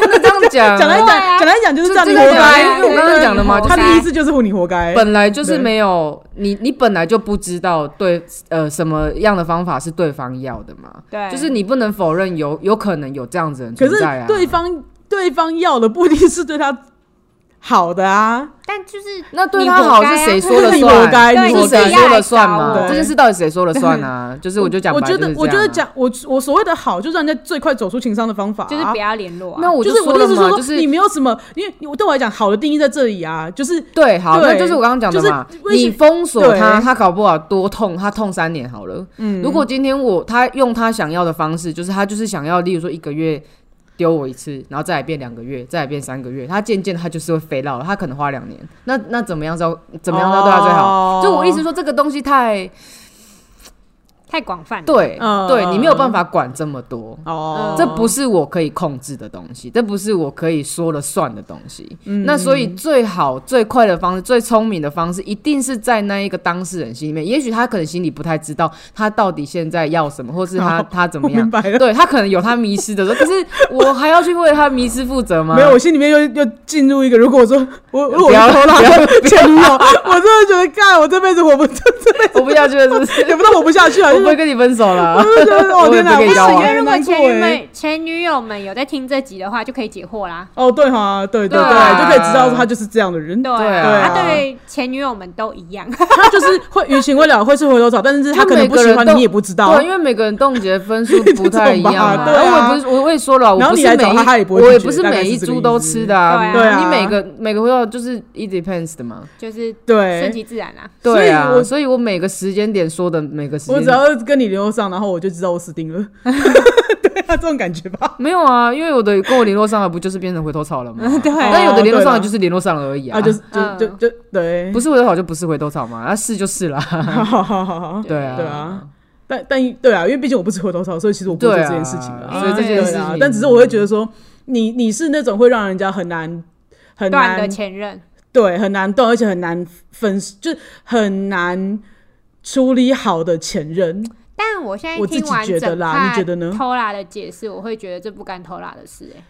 这样 讲，讲来讲对啊讲来讲就是这样，嗯就你就活这样该。因为我刚刚讲了嘛他就是的意思就是你活该。本来就是哎对没有你，你本来就不知道对呃什么样的方法是对方要的嘛，对，就是你不能否认有有可能有这样子的人可存是在啊。对方对方要的不一定是对他好的啊。但就是那对他好是谁说了 你活算？该，对你是活谁该。说了算嘛？对这件事到底谁说了算啊？就是我就讲我白就觉是这样得啊，，我觉得讲我我所谓的好，就是让人家最快走出情商的方法啊、就是不要联络啊。那我就就是说我的了意思嘛，说，就是你没有什么，因为我对我来讲，好的定义在这里啊，就是对，好，对那就是我刚刚讲的嘛就是。为什你封锁他，对他搞不好多痛，他痛三年好了。嗯，如果今天我他用他想要的方式，就是他就是想要，例如说一个月丢我一次，然后再来变两个月，再来变三个月，他渐渐他就是会飞到了，他可能花两年。那那怎么样叫怎么样叫对他最好？哦就我意思说，这个东西太太广泛了。对嗯对，你没有办法管这么多。嗯哦，这不是我可以控制的东西，这不是我可以说了算的东西。嗯那所以最好、最快的方式、最聪明的方式，一定是在那一个当事人心里面。也许他可能心里不太知道他到底现在要什么，或是他、好他怎我么明样。白了。对他可能有他迷失的时候，可是我还要去为他迷失负责吗？没有，我心里面又又进入一个，如果我说我如果我不要偷不他要的前女友，我真的觉得，干，我这辈子活不 我不要觉得是不是也不知道活不下去啊，我不会跟你分手啦。我就觉得哦我也天哪，不可以不交行，往因为很如果难前过女哎。们前女友们有在听这集的话，就可以解惑啦。哦，对哈，对对对对，啊就可以知道他就是这样的人，对对啊，啊他对前女友们都一样。 他就是会余情未了，会是回头草，但是他可能不喜就每个人欢都你也不知道对，。因为每个人冻结分数不太一样就 这种吧嘛。对啊然后我也不是，我我也说了，我然后不你是来每找他他也一，不会我拒也绝不是大概每一是这个株意都思吃的啊。对啊你每个每个回到就是 it depends 的嘛。就是顺对，其 自然啦、对啊，所以我所以我每个时间点说的每个时我间只点要跟你联络上，然后我就知道我死定 了。对啊，这种感觉吧。没有啊，因为有的跟我联络上了，不就是变成回头草 了吗？对，但有的联络上哦对啦了就是联络上了而已啊，啊，就是就嗯就就对，不是回头草就不是回头草嘛，啊是就是 啦。好好好好。 对啊，对啊，但但对啊，因为毕竟我不吃回头草，所以其实我不会做对啊这件事情了。所以这件对事啊情但只是我会觉得说，你你是那种会让人家很难很断难的前任，对很难断，而且很难分，就是很难处理好的前任。但我现在我自听己完觉得整啦帕你觉得呢偷拉的解释，我会觉得这不干偷拉的事、欸。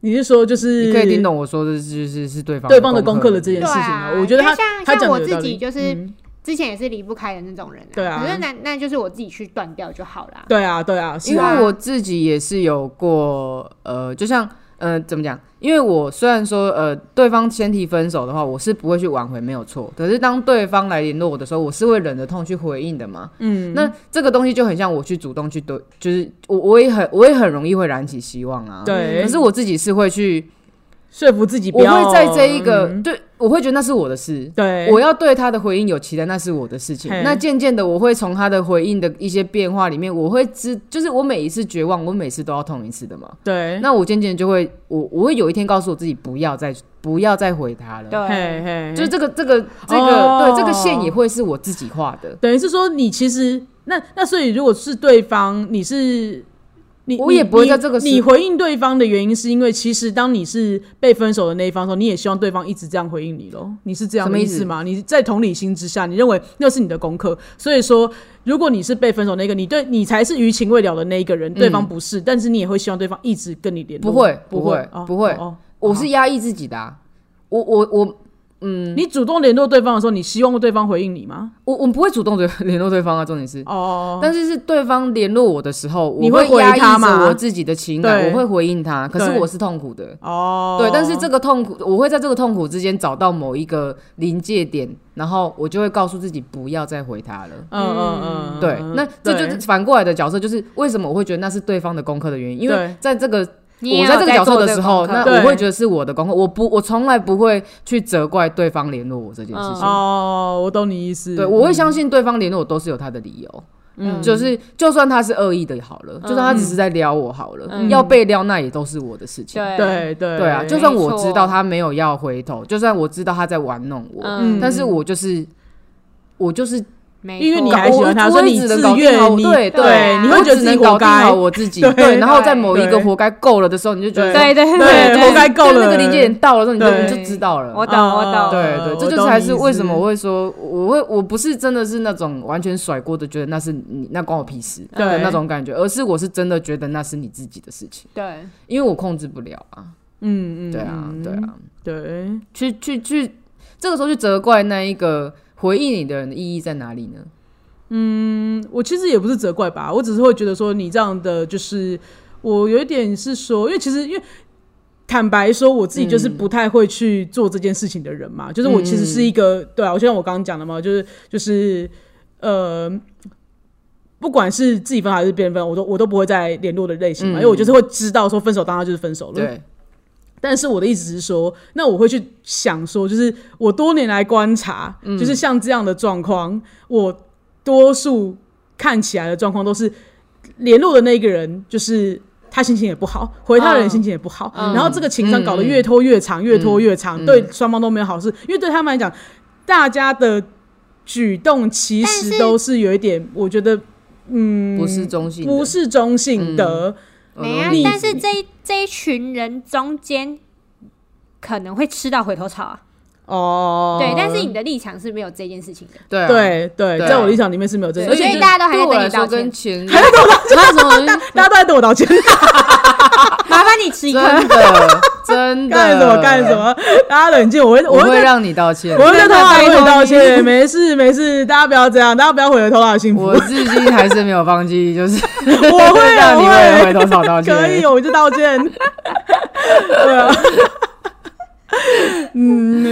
你是说就是你可以听懂我说的是是是对方对方的功课的这件对事情啊？，啊我觉得因为他像他像讲我的有道自理己，就是嗯之前也是离不开的那种人、啊。对啊可是那那就是我自己去断掉就好啦。对啊对啊，是因啊为我自己也是有过，呃，就像，呃，怎么讲？因为我虽然说，呃，对方先提分手的话，我是不会去挽回，没有错。可是当对方来联络我的时候，我是会忍着痛去回应的嘛。嗯，那这个东西就很像我去主动去对，就是我我也很我也很容易会燃起希望啊。，对，可是我自己是会去，说服自己不我要，会在这一个、嗯对，我会觉得那是我的事。对，我要对他的回应有期待，那是我的事情嘿。那渐渐的，我会从他的回应的一些变化里面，我会知，就是我每一次绝望，我每次都要痛一次的嘛。对，那我渐渐就会，我我会有一天告诉我自己，不要再不要再回他了。嘿对，嘿，就这个这个这哦个，对这个线也会是我自己画的。等于是说，你其实那那所以，如果是对方，你是你，我你也不会在你这个时你回应对方的原因，是因为其实当你是被分手的那一方的时候，你也希望对方一直这样回应你咯。你是这样什的么意意思思吗？你在同理心之下，你认为那是你的功课，所以说，如果你是被分手那个，你对你才是余情未了的那一个人，对方不是，但是你也会希望对方一直跟你联络，嗯不会不不会哦不会哦哦我是压抑自己的、啊，我我我你主动联络对方的时候，你希望对方回应你吗？我我们不会主动的联络对方啊，重点是哦哦，哦但是是对方联络我的时候，你我会回压抑他吗着我自己的情感，对我会回应他，可对是我是痛苦的。哦，对，但是这个痛苦，我会在这个痛苦之间找到某一个临界点，然后我就会告诉自己不要再回他了。嗯嗯嗯，对，嗯那这就是反过来的角色，就是为什么我会觉得那是对方的功课的原因，因为对在这个你也我有在这个角做色这的个时候，功课那对我会觉得是我的功课，我不，我从来不会去责怪对方联络我这件事嗯情。哦，我懂你意思。对，我会相信对方联络我都是有他的理由，嗯就是就算他是恶意的好了，嗯就算他只是在撩我好了，嗯要被撩那也都是我的事情。对对对对啊，就是算我知道他没有要回头，就算我知道他在玩弄我，嗯，但是我就是我就是没因为你错还喜欢他我所我以你只能自搞定愿好，你对对你会觉得我只自己能活搞定该好 我自己，对对，然后在某一对个活该够了的时候，你就觉得对对对，活对，该够就了。那个临界点到了之后，你就对你就知道了。我懂我啊懂，对对，这我就懂是还你是意为思什么我会说，我会我不是真的是那种完全甩锅的，觉得那是你那关我屁事的对那种感觉，而是我是真的觉得那是你自己的事情，对，因为我控制不了啊。嗯嗯，对啊，对嗯啊，对，去去去，这个时候去责怪那一个回应你的人的意义在哪里呢？嗯我其实也不是责怪吧，我只是会觉得说你这样的就是我有一点是说，因为其实因为。坦白说，我自己就是不太会去做这件事情的人嘛，嗯就是我其实是一个、对啊，我就像我刚刚讲的嘛，就是就是呃，不管是自己分还是别人分，我都我都不会再联络的类型嘛，因嗯为我就是会知道说分手当然就是分手了，对，但是我的意思是说，那我会去想说，就是我多年来观察，嗯就是像这样的状况，我多数看起来的状况都是联络的那一个人，就是他心情也不好，回他的人嗯心情也不好，嗯然后这个情商搞得越拖越长，越拖越长，嗯对双方都没有好事，因为对他们来讲，大家的举动其但实是都是有一点，我觉得不是中性的，不是中性的。我没啊懂你，但是这一这一群人中间可能会吃到回头草啊。哦，对，但是你的立场是没有这件事 情的，对啊。对对，对在我立场里面是没有这个，所以所以就大家都还在对我等来你道说，歉跟，前还在等我道歉，那什么大家都在等我道歉。麻烦你吃一颗。真的真 的干什么干什？ 么，大家冷静，我会我我会会在让你道歉我。会在头发拜跟托你道你歉，没事 没事，大家不要这样，大家不要毁了头发的幸福。我至今还是没有放弃，就是 我会啊让你我为了会回头草道歉。可以，我就道歉。 对啊，嗯，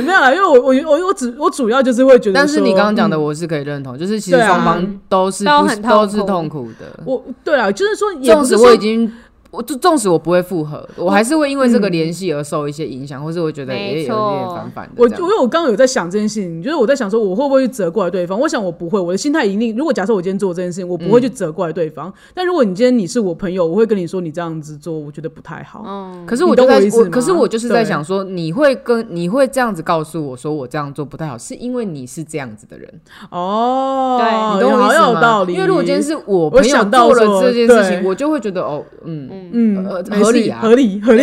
没有啦，因为我我我我只我主要就是会觉得说，但是你刚刚讲的，嗯我是可以认同，就是其实对啊双方都是都不很痛都苦是痛苦的。我对啊，就是说，也纵不是使我说哦已经，我就纵使我不会复合，我还是会因为这个嗯联系而受一些影响，或是我觉得也没有错点反反的我这样。我有我刚刚有在想这件事情，就是我在想说我会不会去责怪对方？我想我不会，我的心态一定。如果假设我今天做这件事情，我不嗯会去责怪对方。但如果你今天你是我朋友，我会跟你说你这样子做，我觉得不太好。哦嗯，可是我你就懂在我意思我，吗可是我就是在对想说，你会跟你会这样子告诉我说我这样做不太好，是因为你是这样子的人，哦，对你懂我意好思吗？有道理。因为如果今天是我我朋友想到做了说这件事情，对我就会觉得哦，嗯，嗯，嗯呃，没事合理啊合理合理，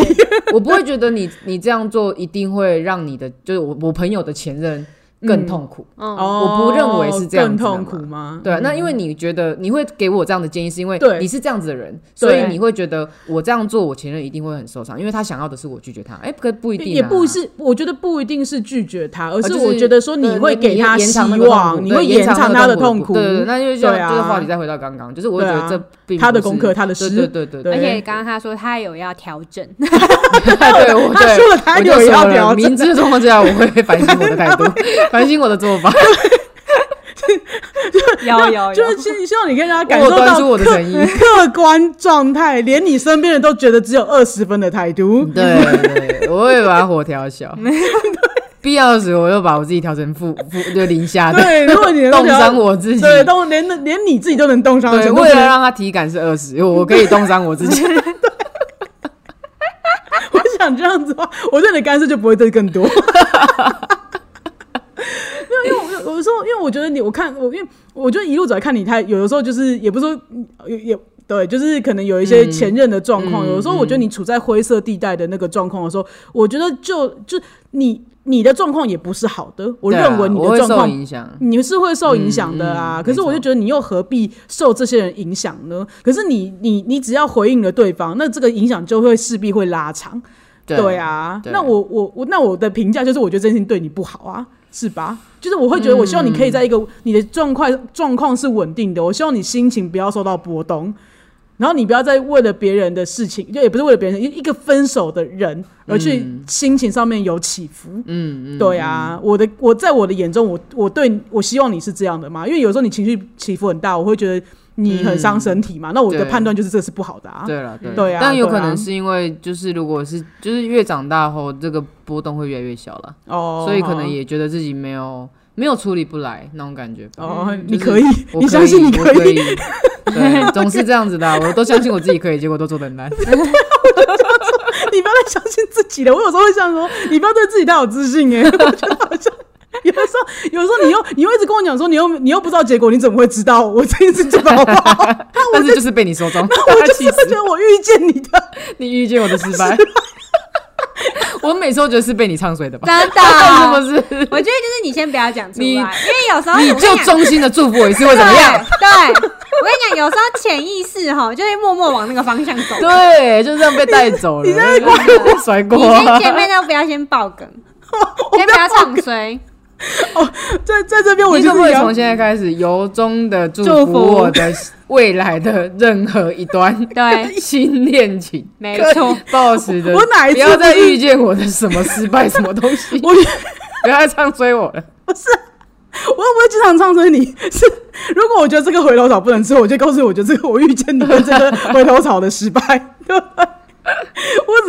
我不会觉得你你这样做一定会让你的就是我我朋友的前任嗯更痛苦。哦，哦，嗯不认为是这样更子的痛嘛苦吗？对啊，那因为你觉得你会给我这样的建议，是因为嗯对你是这样子的人，所以对你会觉得我这样做，我前任一定会很受伤，因为他想要的是我拒绝他。哎，可不一定、啊，哦也不是，我觉得不一定是拒绝他，而就是哦是我觉得说你会给他延希长那个痛苦望，你对会延延长那他个的痛苦，对对，对那就就对啊这个话题再回到刚刚，就是我会觉对啊得这并不他的是功课他的对诗对对对对，对而且刚刚他说他有要调整，对哎我他对说了他我有就要说了，调整明知状况之下，我会反省我的 态度，反省我的做法，有有就有是，希希望你可以让他感我受端出到我的诚意。客观状态，连你身边人都觉得只有二十分的态 度。对对，我会把火调小，必要时我又把我自己调成负负就零下的，对，如果你能嗯啊冻伤我，我自己。对，动连连你自己都能冻伤的对，程度，为了让他体感是二十，我可以冻伤我自己。 我想这样子的话，我对你的干涉就不会对更多。 没有，因为我有有时候，因为我觉得你，我看我，因为我觉得一路走来看你太，有的时候就是也不是说也也对，就是可能有一些前任的状嗯况，有的时候我觉得你处在灰色地带的那个状况的时候，我觉得就就你你的状况也不是好的， 我对啊认为你我的会状受况影响。你是会受影响的啊。嗯嗯可是我没就错觉得你又何必受这些人影响呢？可是你你你只要回应了对方，那这个影响就会势必会拉长。对啊，对那我我我那我的评价就是，我觉得真心对你不好啊，是吧？就是我会觉得，我希望你可以在一个、嗯你的状况状况是稳定的，我希望你心情不要受到波动，然后你不要再为了别人的事情，就也不是为了别人，一一个分手的人而去心情上面有起伏。嗯嗯，嗯对啊，我的我在我的眼中，我我对我希望你是这样的嘛，因为有时候你情绪起伏很大，我会觉得你很伤身体嘛。那我的嗯对判断就是这是不好的啊。对了，对啦对啊但有对可啊能是因为就是如果是就是越长大后，这个波动会越来越小了，哦，所以可能也觉得自己没有没有处理不来那种感觉吧。哦，就你是可以，我你可相信你我可以。 对，总是这样子的啊、我都相信我自己可以，结果都做的很难。 你不要再相信自己了。我有时候会这样 说，你不要对自己太有自信 哎、我觉得好像。有的时候，有的时候你又你又一直跟我讲说，你又你又不知道结果，你怎么会知道我这件事做的 好不好？但是就是被你 说中，我就是其实会觉得我遇见你的， 你遇见我的失败。 我每次都觉得是被你唱衰的吧？真的， 是不是？我觉得就是你先不要讲出来，你因为有时候啊你我跟就讲衷心的祝福我一次会怎么样？对，对我跟你讲，有时候潜意识哈，就会默默往那个方向走。对，就这样被带走了。你在怪我 甩你锅啊？先前面都不要先爆梗，先不要唱衰，在在这边我你就可是不可以要从现在开始由衷的祝祝福福我的未来的任何一 段对，新恋情？没错，暴食的，我哪一次不要再不是遇见我的什么失败什么东西？我不要再唱衰我了。 我又不会经常唱衰你。是，如果我觉得这个回头草不能吃，我就告诉你，我觉得这个我遇见你跟这个回头草的失败， 对吧？我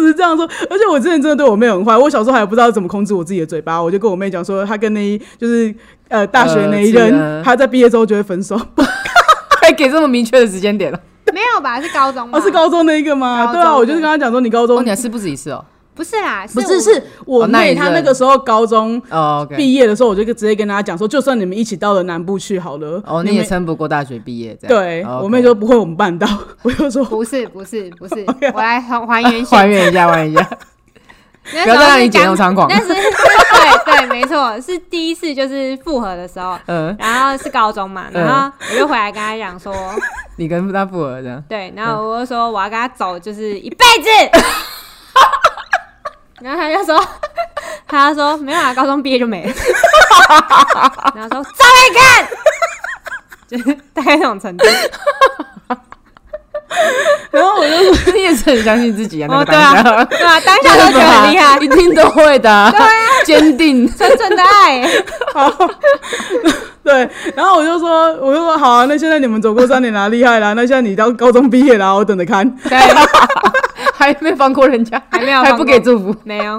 只是这样说，而且我之前真的对我妹很坏。我小时候还不知道怎么控制我自己的嘴巴，我就跟我妹讲说，她跟那一就是呃大学那一呃是啊任，的她在毕业之后就会分手。还给这么明确的时间点了？没有吧？是高中吗？ 哦，是高中那一个吗？高中对啊，我就是跟她讲说，你高哦，中你还是不止一次哦。不是啦，不我是是我哦那一妹，她任那个时候高中哦，OK。毕业的时候，我就直接跟她讲说，就算你们一起到了南部去好了，哦，你你也们撑不过大学毕业，这样。对哦，OK 我妹说不会，我们办到。 我就说不是不是不是，我来还还原现 还原一下，还原一下。那 不时要候再让是你剪刚那么猖狂 那是对对，没错，是第一次就是复合的时候，嗯，然后是高中嘛，嗯然后我就回来跟他讲 说，你跟他复合这样。对，然后我就说我要跟他走，就是一辈子。 然后他就说，他就说没有啊，高中毕业就没 了。然后说再来一个， 就是大概那种程度。然后我就说，你也是很相信自己啊，那哦，个对当下， 啊，对啊，当下都觉得很厉 ，害一定都会的啊，坚定。真正的爱。 对，然后我就说，我就说好啊，那现在你们走过三年啦、厉害啦，那现在你到高中毕业啦，我等着 看。对，还没放过人家，还没有还放不过给祝福，没有，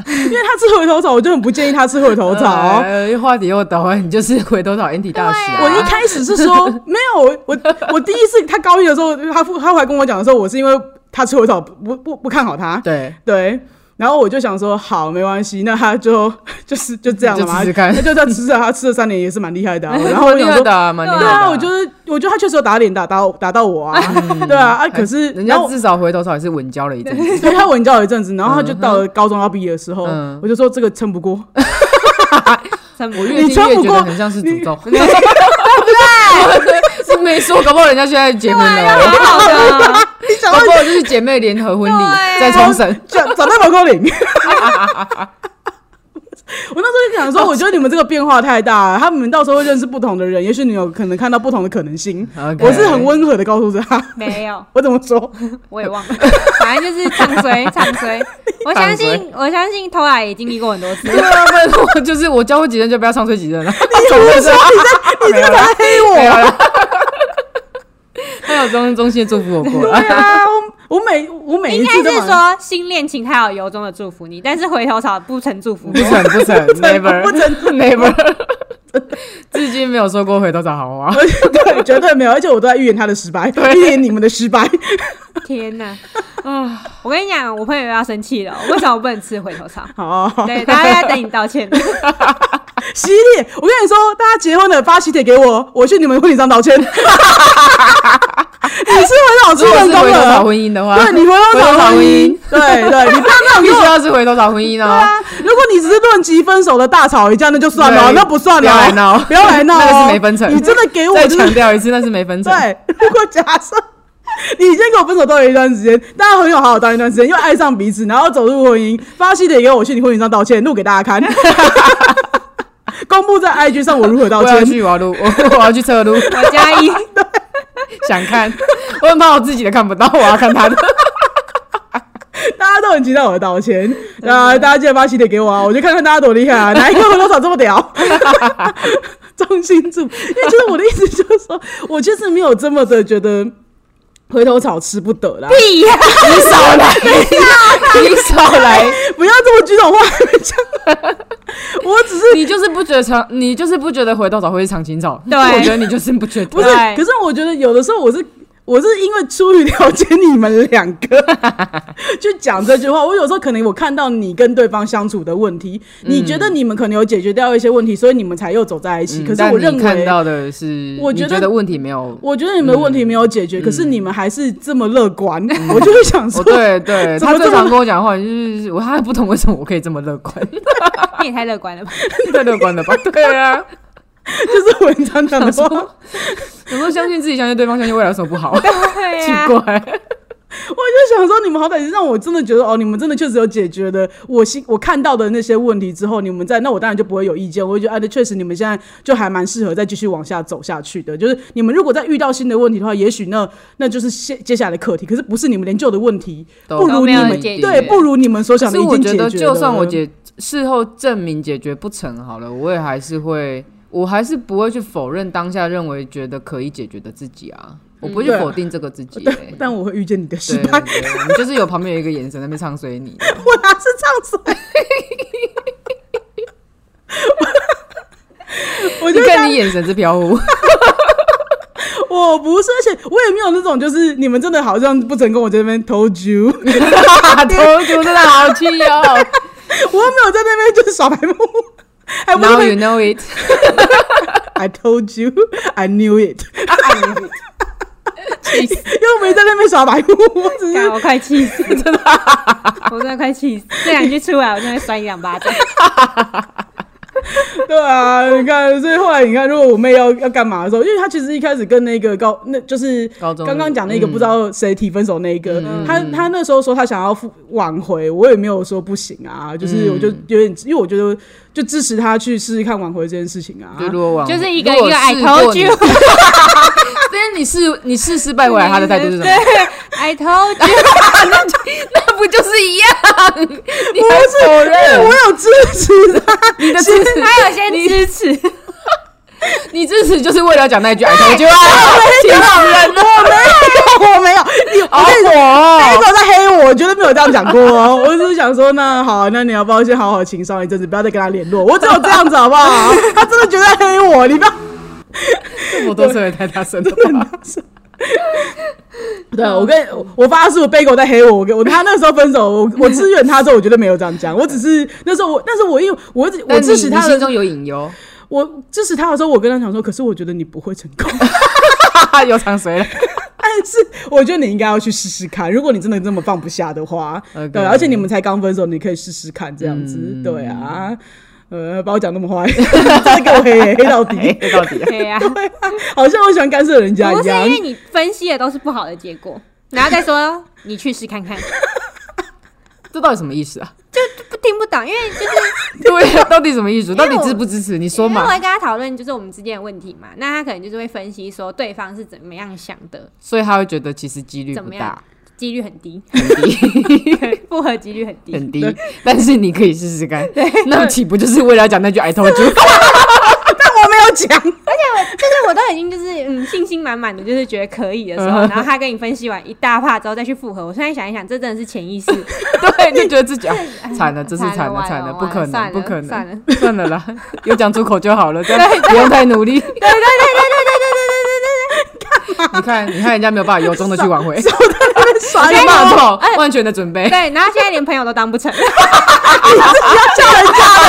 因为他吃回头草，我就很不建议他吃回头草、 哦。呃话题又倒了，你就是回头草 Andy 大使、啊。我一开始是说 没有，我我我第一次他高一的时候，他父他还跟我讲的时候，我是因为他吃回头草不不不看好他，对，对。然后我就想说，好，没关系，那他就 就是就这样了嘛，就吃吃看那就他吃着，他吃了三年也是蛮厉 害的啊、然后我厉想害说，的啊，蛮厉害的对啊，我觉得我觉得他确实有打脸打到打到我 啊，对啊啊，可是人然家后至少回头草也是稳交了一阵子。 对他文教有一阵子，然后他就到了高中要毕业的时候，嗯我就说这个撑不过， 真不我越听穿越不觉过得很像是诅咒， 没有，是没说，搞不好人家现在结婚了，好的， 你啊想搞到啊不好就是姐妹联合婚礼对在冲绳，找找到毛高领。 我那时候就想哦说，我觉得你们这个变化太大了，他们到时候会认识不同的人，也许你有可能看到不同的可能性。 OK 我是很温和的告诉他，没有，我怎么 说？我也忘了，反正就是唱衰唱衰。我相信，我相信偷来也经历过很多 次。对啊，不然我就是我教会几任就不要唱衰 几任了，总我之说是你这你这个才黑没有我。了。 他有衷衷心地祝福我过对了，啊，我我每我哎每应一该次都是蛮说新恋情他有由衷的祝福你，但是回头草不曾祝福不过。成不成，never 不成 never，至今没有说过回头草好话。而且 对，绝对没有，而且我都在预言他的失败，预言你们的失败。 天哪！啊，我跟你讲，我朋友要生气了，为什么我不能吃回头草？好，对，大家在等你道 歉。喜帖，我跟你说，大家结婚了发喜帖给我，我去你们婚礼上道歉。 你是很好吃如果人是工回头了草，婚姻的话，对你回头回草头草婚婚姻姻，对对，你不要这样必须 做。要是回头草婚姻对哦。啊，如果你只是论及分手的大吵一架，那就算了，对那不算了，不要来闹不要来闹哦， 那个是没分成你真的给我再就是强调一次，那是没分成。对，如果假设你已经跟我分手都有一段时间，大家很有好好当一段时间，又爱上彼此，然后走入婚姻，发喜帖给我去你婚礼上道歉，录给大家 看，公布在 IG 上我如何道我要歉。去，我要录，我我要去测录，我加 一， 想看，我很怕我自己的看不到，我要 看他的。 大家都很期待我的道歉，啊，大家记得发喜帖给我啊，我就看看大家多厉害啊，哪一个多少这么屌。 中心祝，因为就是我的意思就是说，我其实没有这么的觉得回头草吃不得 啦，屁呀！你少来，你少来，不要这么举手话，我只是你就是不觉得长，你就是不觉得回头草会是长青草。对我觉得你就是不觉不得。是，对可是我觉得有的时候我是我是因为出于了解你们两个， 就讲这句话。我有时候可能我看到你跟对方相处的问题，嗯你觉得你们可能有解决掉一些问题，所以你们才又走在一起。嗯可是但我你认看为。到的是，我觉你得觉得问题没有。我觉得你们的问题没有解决，可是你们还是这么乐观， 我就会想说嗯哦，，对对，怎他么这么最常跟我讲的话就是，我他不懂为什么我可以这么乐 观，你也太乐观了吧？太乐观了吧？对啊，就是文章讲的想话， 说，有时候相信自己，相信对方，相信未来有什么不好？对啊 奇呀，怪，我就想说，你们好歹让我真的觉得哦，你们真的确实有解决的我心我看到的那些问题之后，你们在那我当然就不会有意见，我会觉得哎，那确实你们现在就还蛮适合再继续往下走下去的。就是你们如果再遇到新的问题的话，也许那那就是接接下来的课题，可是不是你们连旧的问题都不如你都没有们解决对不如你们所可想是的已我经觉解决得，了。就算我解事后证明解决不成好了，我也还是会，我还是不会去否认当下认为觉得可以解决的自己啊，我不会去对否定这个自己、欸。但我会遇见你的失对，败，对对你就是有旁边有一个眼神在那边唱衰 你，我哪是这样 子？我就就看你眼神之飘 忽， 我不是，而且我也没有那种，就是你们真的好像不成功，我在那边投 猪，我又没头球真的好气 哦。有在那边就是耍白目，还不是 Now 被 you know it， I told you, I knew it，啊 气死又没在那边耍白目，我只 干是我快气死， 真 的，我真的快气死！这两句出来，我真的会摔你两巴掌。 对啊，你看，所以后来你看，如果我妹要要干嘛的时候，因为她其实一开始跟那个高，那就是高中刚刚讲那个嗯不知道谁提分手那一个，她她那时候说她想要复挽回，我也没有说不行啊，就是嗯我就有点，因为我觉得就支持她去试试看挽回这件事情啊。就 如果往就是一个哦如果一个 I 试过 told 你 you， 但是你试你试失败回来，他的态度 是什么？ I told you， 那不就是一样？你不还是，否因为认我有支持她， 你的支持， 他有些支 持，哎你支持就是为了讲那一句 I told you 啊，气死 人了！我没有，你我好跟你火 那哦！时候在黑我，我绝对没有这样讲过哦。我只是想说，那好，啊那你要不要先好好情商一阵子，不要再跟他联络？我只有这样子好不好？他真的觉得在黑我，你不要。嗯我都声也太大声了吧？对我跟我我发誓，我 Bagel 在黑我，我跟我他那时候分手，我我支援他之后，我绝对没有这样讲。我只是那时候我，但是我因为我一直我但支你持你他心的，中有隐忧，我支持他的时候，我跟他讲说，可是我觉得你不会成功， 哈哈，有尝 谁了？但是我觉得你应该要去试试看。如果你真的这么放不下的话 OK 对，而且你们才刚分手，你可以试试看这样子，嗯对啊。呃，把我讲那么坏， 真的给我黑、黑 到底。哎，到 底啊对呀、对啊，好像我喜欢干涉人家不一是样因。为你分析的都是不好的结果，然后再说你去试 看看，这到底什么意思啊？不听不懂，因为就是 对啊，到底什么意 思？为到我底支不支持？你说因为我嘛会。跟他讨论就是我们之间的问题嘛，那他可能就是会分析说对方是怎么样想的，所以他会觉得其实几率怎不么大样，几率很 低， 很低， 复合几率很低。很低。但是你可以试试看，那岂不就是为了讲那句 I told you？ 但我没有讲， 就是我都已经就是嗯信心满满的，就是觉得可以的时候，然后他跟你分析完一大帕之后再去复合，我现在想一想，这真的是潜意识，对，就觉得自 己啊，惨了，这次惨了，惨惨了，了不可能，完了不可算了能， 算了啦，有讲出口就好了，这样不用太努力。对对对对对 你看，你看人家没有办法由衷的去挽 回，耍没流氓有办法做万全的准备对对对对对。对，然后现在连朋友都当不成，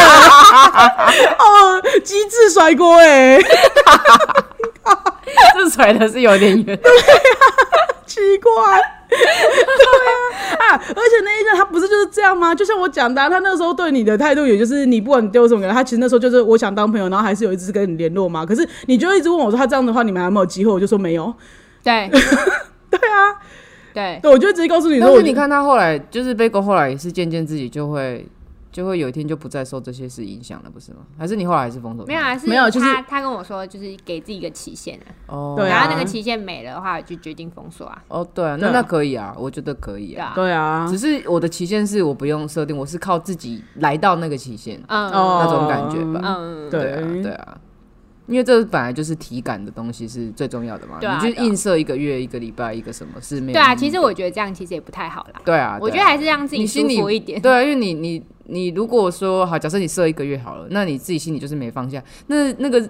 哦，机智甩锅哎、 这甩的是有点远，奇 怪。对啊，啊，而且那一任他不是就是这样吗？就像我讲的啊、他那时候对你的态度，也就是你不管你丢什么给他，他其实那时候就是我想当朋友，然后还是有一直跟你联络嘛。可是你就一直问我说他这样的话，你们还有没有机会？我就说没有。对对啊，对，对，我就直接告诉你 但说，是我你，看他后来，就是贝哥后来也是渐渐自己就会，就会有一天就不再受这些事影响了，不是吗？还是你后来还是封锁他？没有啊，是没有就是他他跟我说就是给自己一个期限啊，哦，对啊然后那个期限没了的话，我就决定封锁啊，哦，对啊，对那啊那可以啊，我觉得可以对啊。啊，对啊只，是我的期限是我不用设定，我是靠自己来到那个期限嗯哦那种感觉吧。嗯，对对啊，对啊，因为这本来就是体感的东西是最重要的嘛。对啊你就映射一个月、一个礼拜、一个什么是没有意义的。对啊，其实我觉得这样其实也不太好啦，对啊，我觉对得啊还是让自己你舒心里服一点，对啊，因为你你你如果说好，假设你设一个月好了，那你自己心里就是没放下，那那个。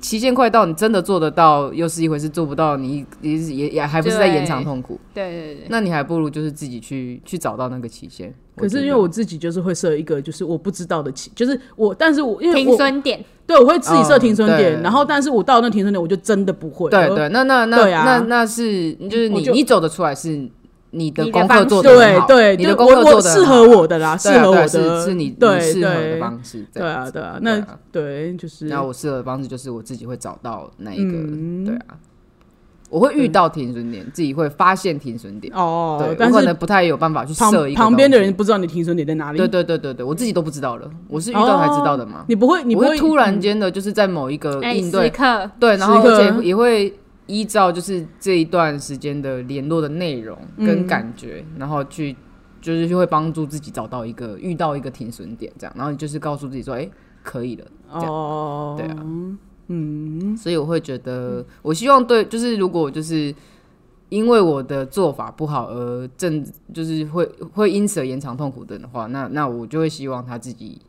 期限快到，你真的做得到又是一回事，做不到你也也也还不是在延长对痛苦，对对对对，那你还不如就是自己去去找到那个期限。哦可是因为我觉得我自己就是会设一个，就是我不知道的期，就是我，但是我因为停我损点，对我会自己设哦停损点，对然后但是我到那停损点，我就真的不会。对我对，那那那对啊那那是就是我你就你走得出来是你的你的功方课式做得很对好，对，你就的功我课我做得适很好合我的啦，适对啊合对啊我的，是是你你对适合的对方式，这对样啊，子对啊，对那啊对就是嗯那我适合的方式就是我自己会找到那一个，对啊，我会遇到停损点，自己会发现停损点，哦对，，但我可是能不太有办法去设旁一个旁边的东西人，不知道你停损点在哪里，对对对对对，我自己都不知道了，我是遇到才知道的嘛，你不会，你我不会突然嗯间的就是在某一个哎，应时对，刻对，然后时刻而且也会依照就是这一段时间的联络的内容嗯跟感觉，然后去就是就会帮助自己找到一个遇到一个停损点，这样，然后你就是告诉自己说，哎、可以了，这样哦，对啊，嗯，所以我会觉得，我希望对，就是如果就是因为我的做法不好而正，就是会会因此而延长痛苦的人的话，那那我就会希望他自己。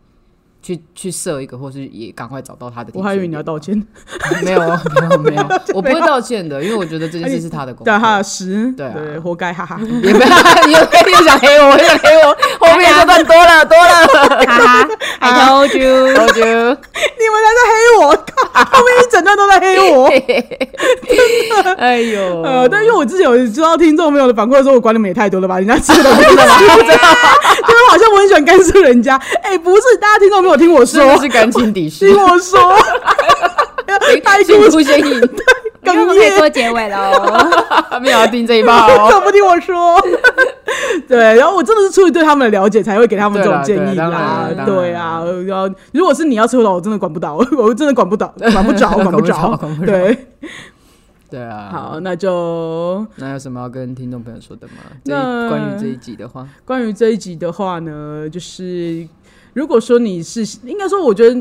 去去设一个，或是也赶快找到他的。我还以为你要道，歉， 没有啊，没有没有，我不会道歉的，因为我觉得这件事是他的功课。对他的十，对啊对，活该，哈 哈，也不要，你又又想黑我，又想黑我，后面这段多了多了， 哈哈，I told you，我觉得你们还在黑我，靠！后面一整段都在黑 我。哎呦，呃，但因为我之前有知道听众朋友的反馈说，我管你们也太多了吧，人家吃的东西 都吃不着，就是好像我很喜欢干涉人家。哎、不是，大家听众没有听我真说的，是感情底听事，我说，太先酷出现意，那我哽们可以咽。做结尾哦 喽。没有要听这一炮哦、怎么不听我 说？对，然后我真的是出于对他们的了解，才会给他们这种对建啦议对当然啦啦。当然对啊，然后如果是你要吃我的，我真的管不到，我真的管不到，管不着， 管管不着着管不。着对，对啊，好，，那就那有什么要跟听众朋友说的吗？这那一关于这一集的话，关于这一集的话呢，就是如果说你是，应该说，我觉得。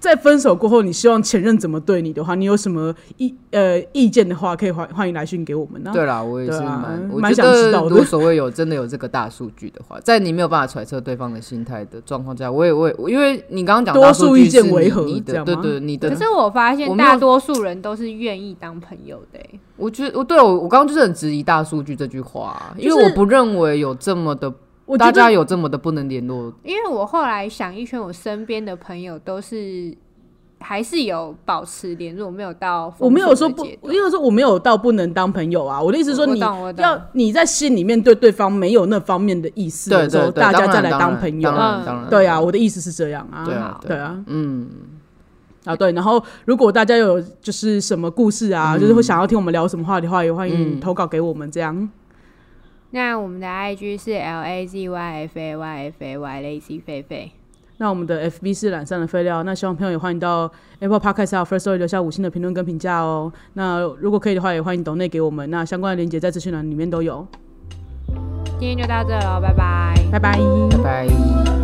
在分手过后，你希望前任怎么对你的话，你有什么意呃意见的话，可以欢欢迎来讯给我们呢、对啦，我也哦是对啊蛮，我蛮觉想知得道的如果所谓有真的有这个大数据的话，在你没有办法揣测对方的心态的状况下，我也我也因为你刚刚讲多大数数据意见是为你何你这的，样对吗对，你的可是我发我现没有大多数人都是愿意当朋友的欸、我觉得我对我我刚刚就是很质疑大数据这句话啊，因就为我是不认为有这么的，我觉大得家有这么的不能联络。因为我后来想一圈，我身边的朋友都是还是有保持联络，没有到我没有说封不，锁的阶因段为说我没有到不能当朋友啊。我的意思是说我我你，懂我懂要你在心里面对对方没有那方面的意思对的时对候，对，大家当然再来当当然朋当友。然嗯当然，对啊，我的意思是这样啊。对啊，对啊，嗯，啊对。然后如果大家有就是什么故事啊，嗯就是会想要听我们聊什么话的话，也欢迎投稿给我们。这样，那我们的 IG 是 L A Z Y F A Y F A Y Lazy 狒狒。那我们的 FB 是懒散的废料，那希望朋友也欢迎到 Apple Podcast 还有 First Story 留下五星的评论跟评价哦。那如果可以的话，也欢迎抖内给我们。那相关的链接在资讯栏里面都有。今天就到这了，拜拜。拜拜。拜拜。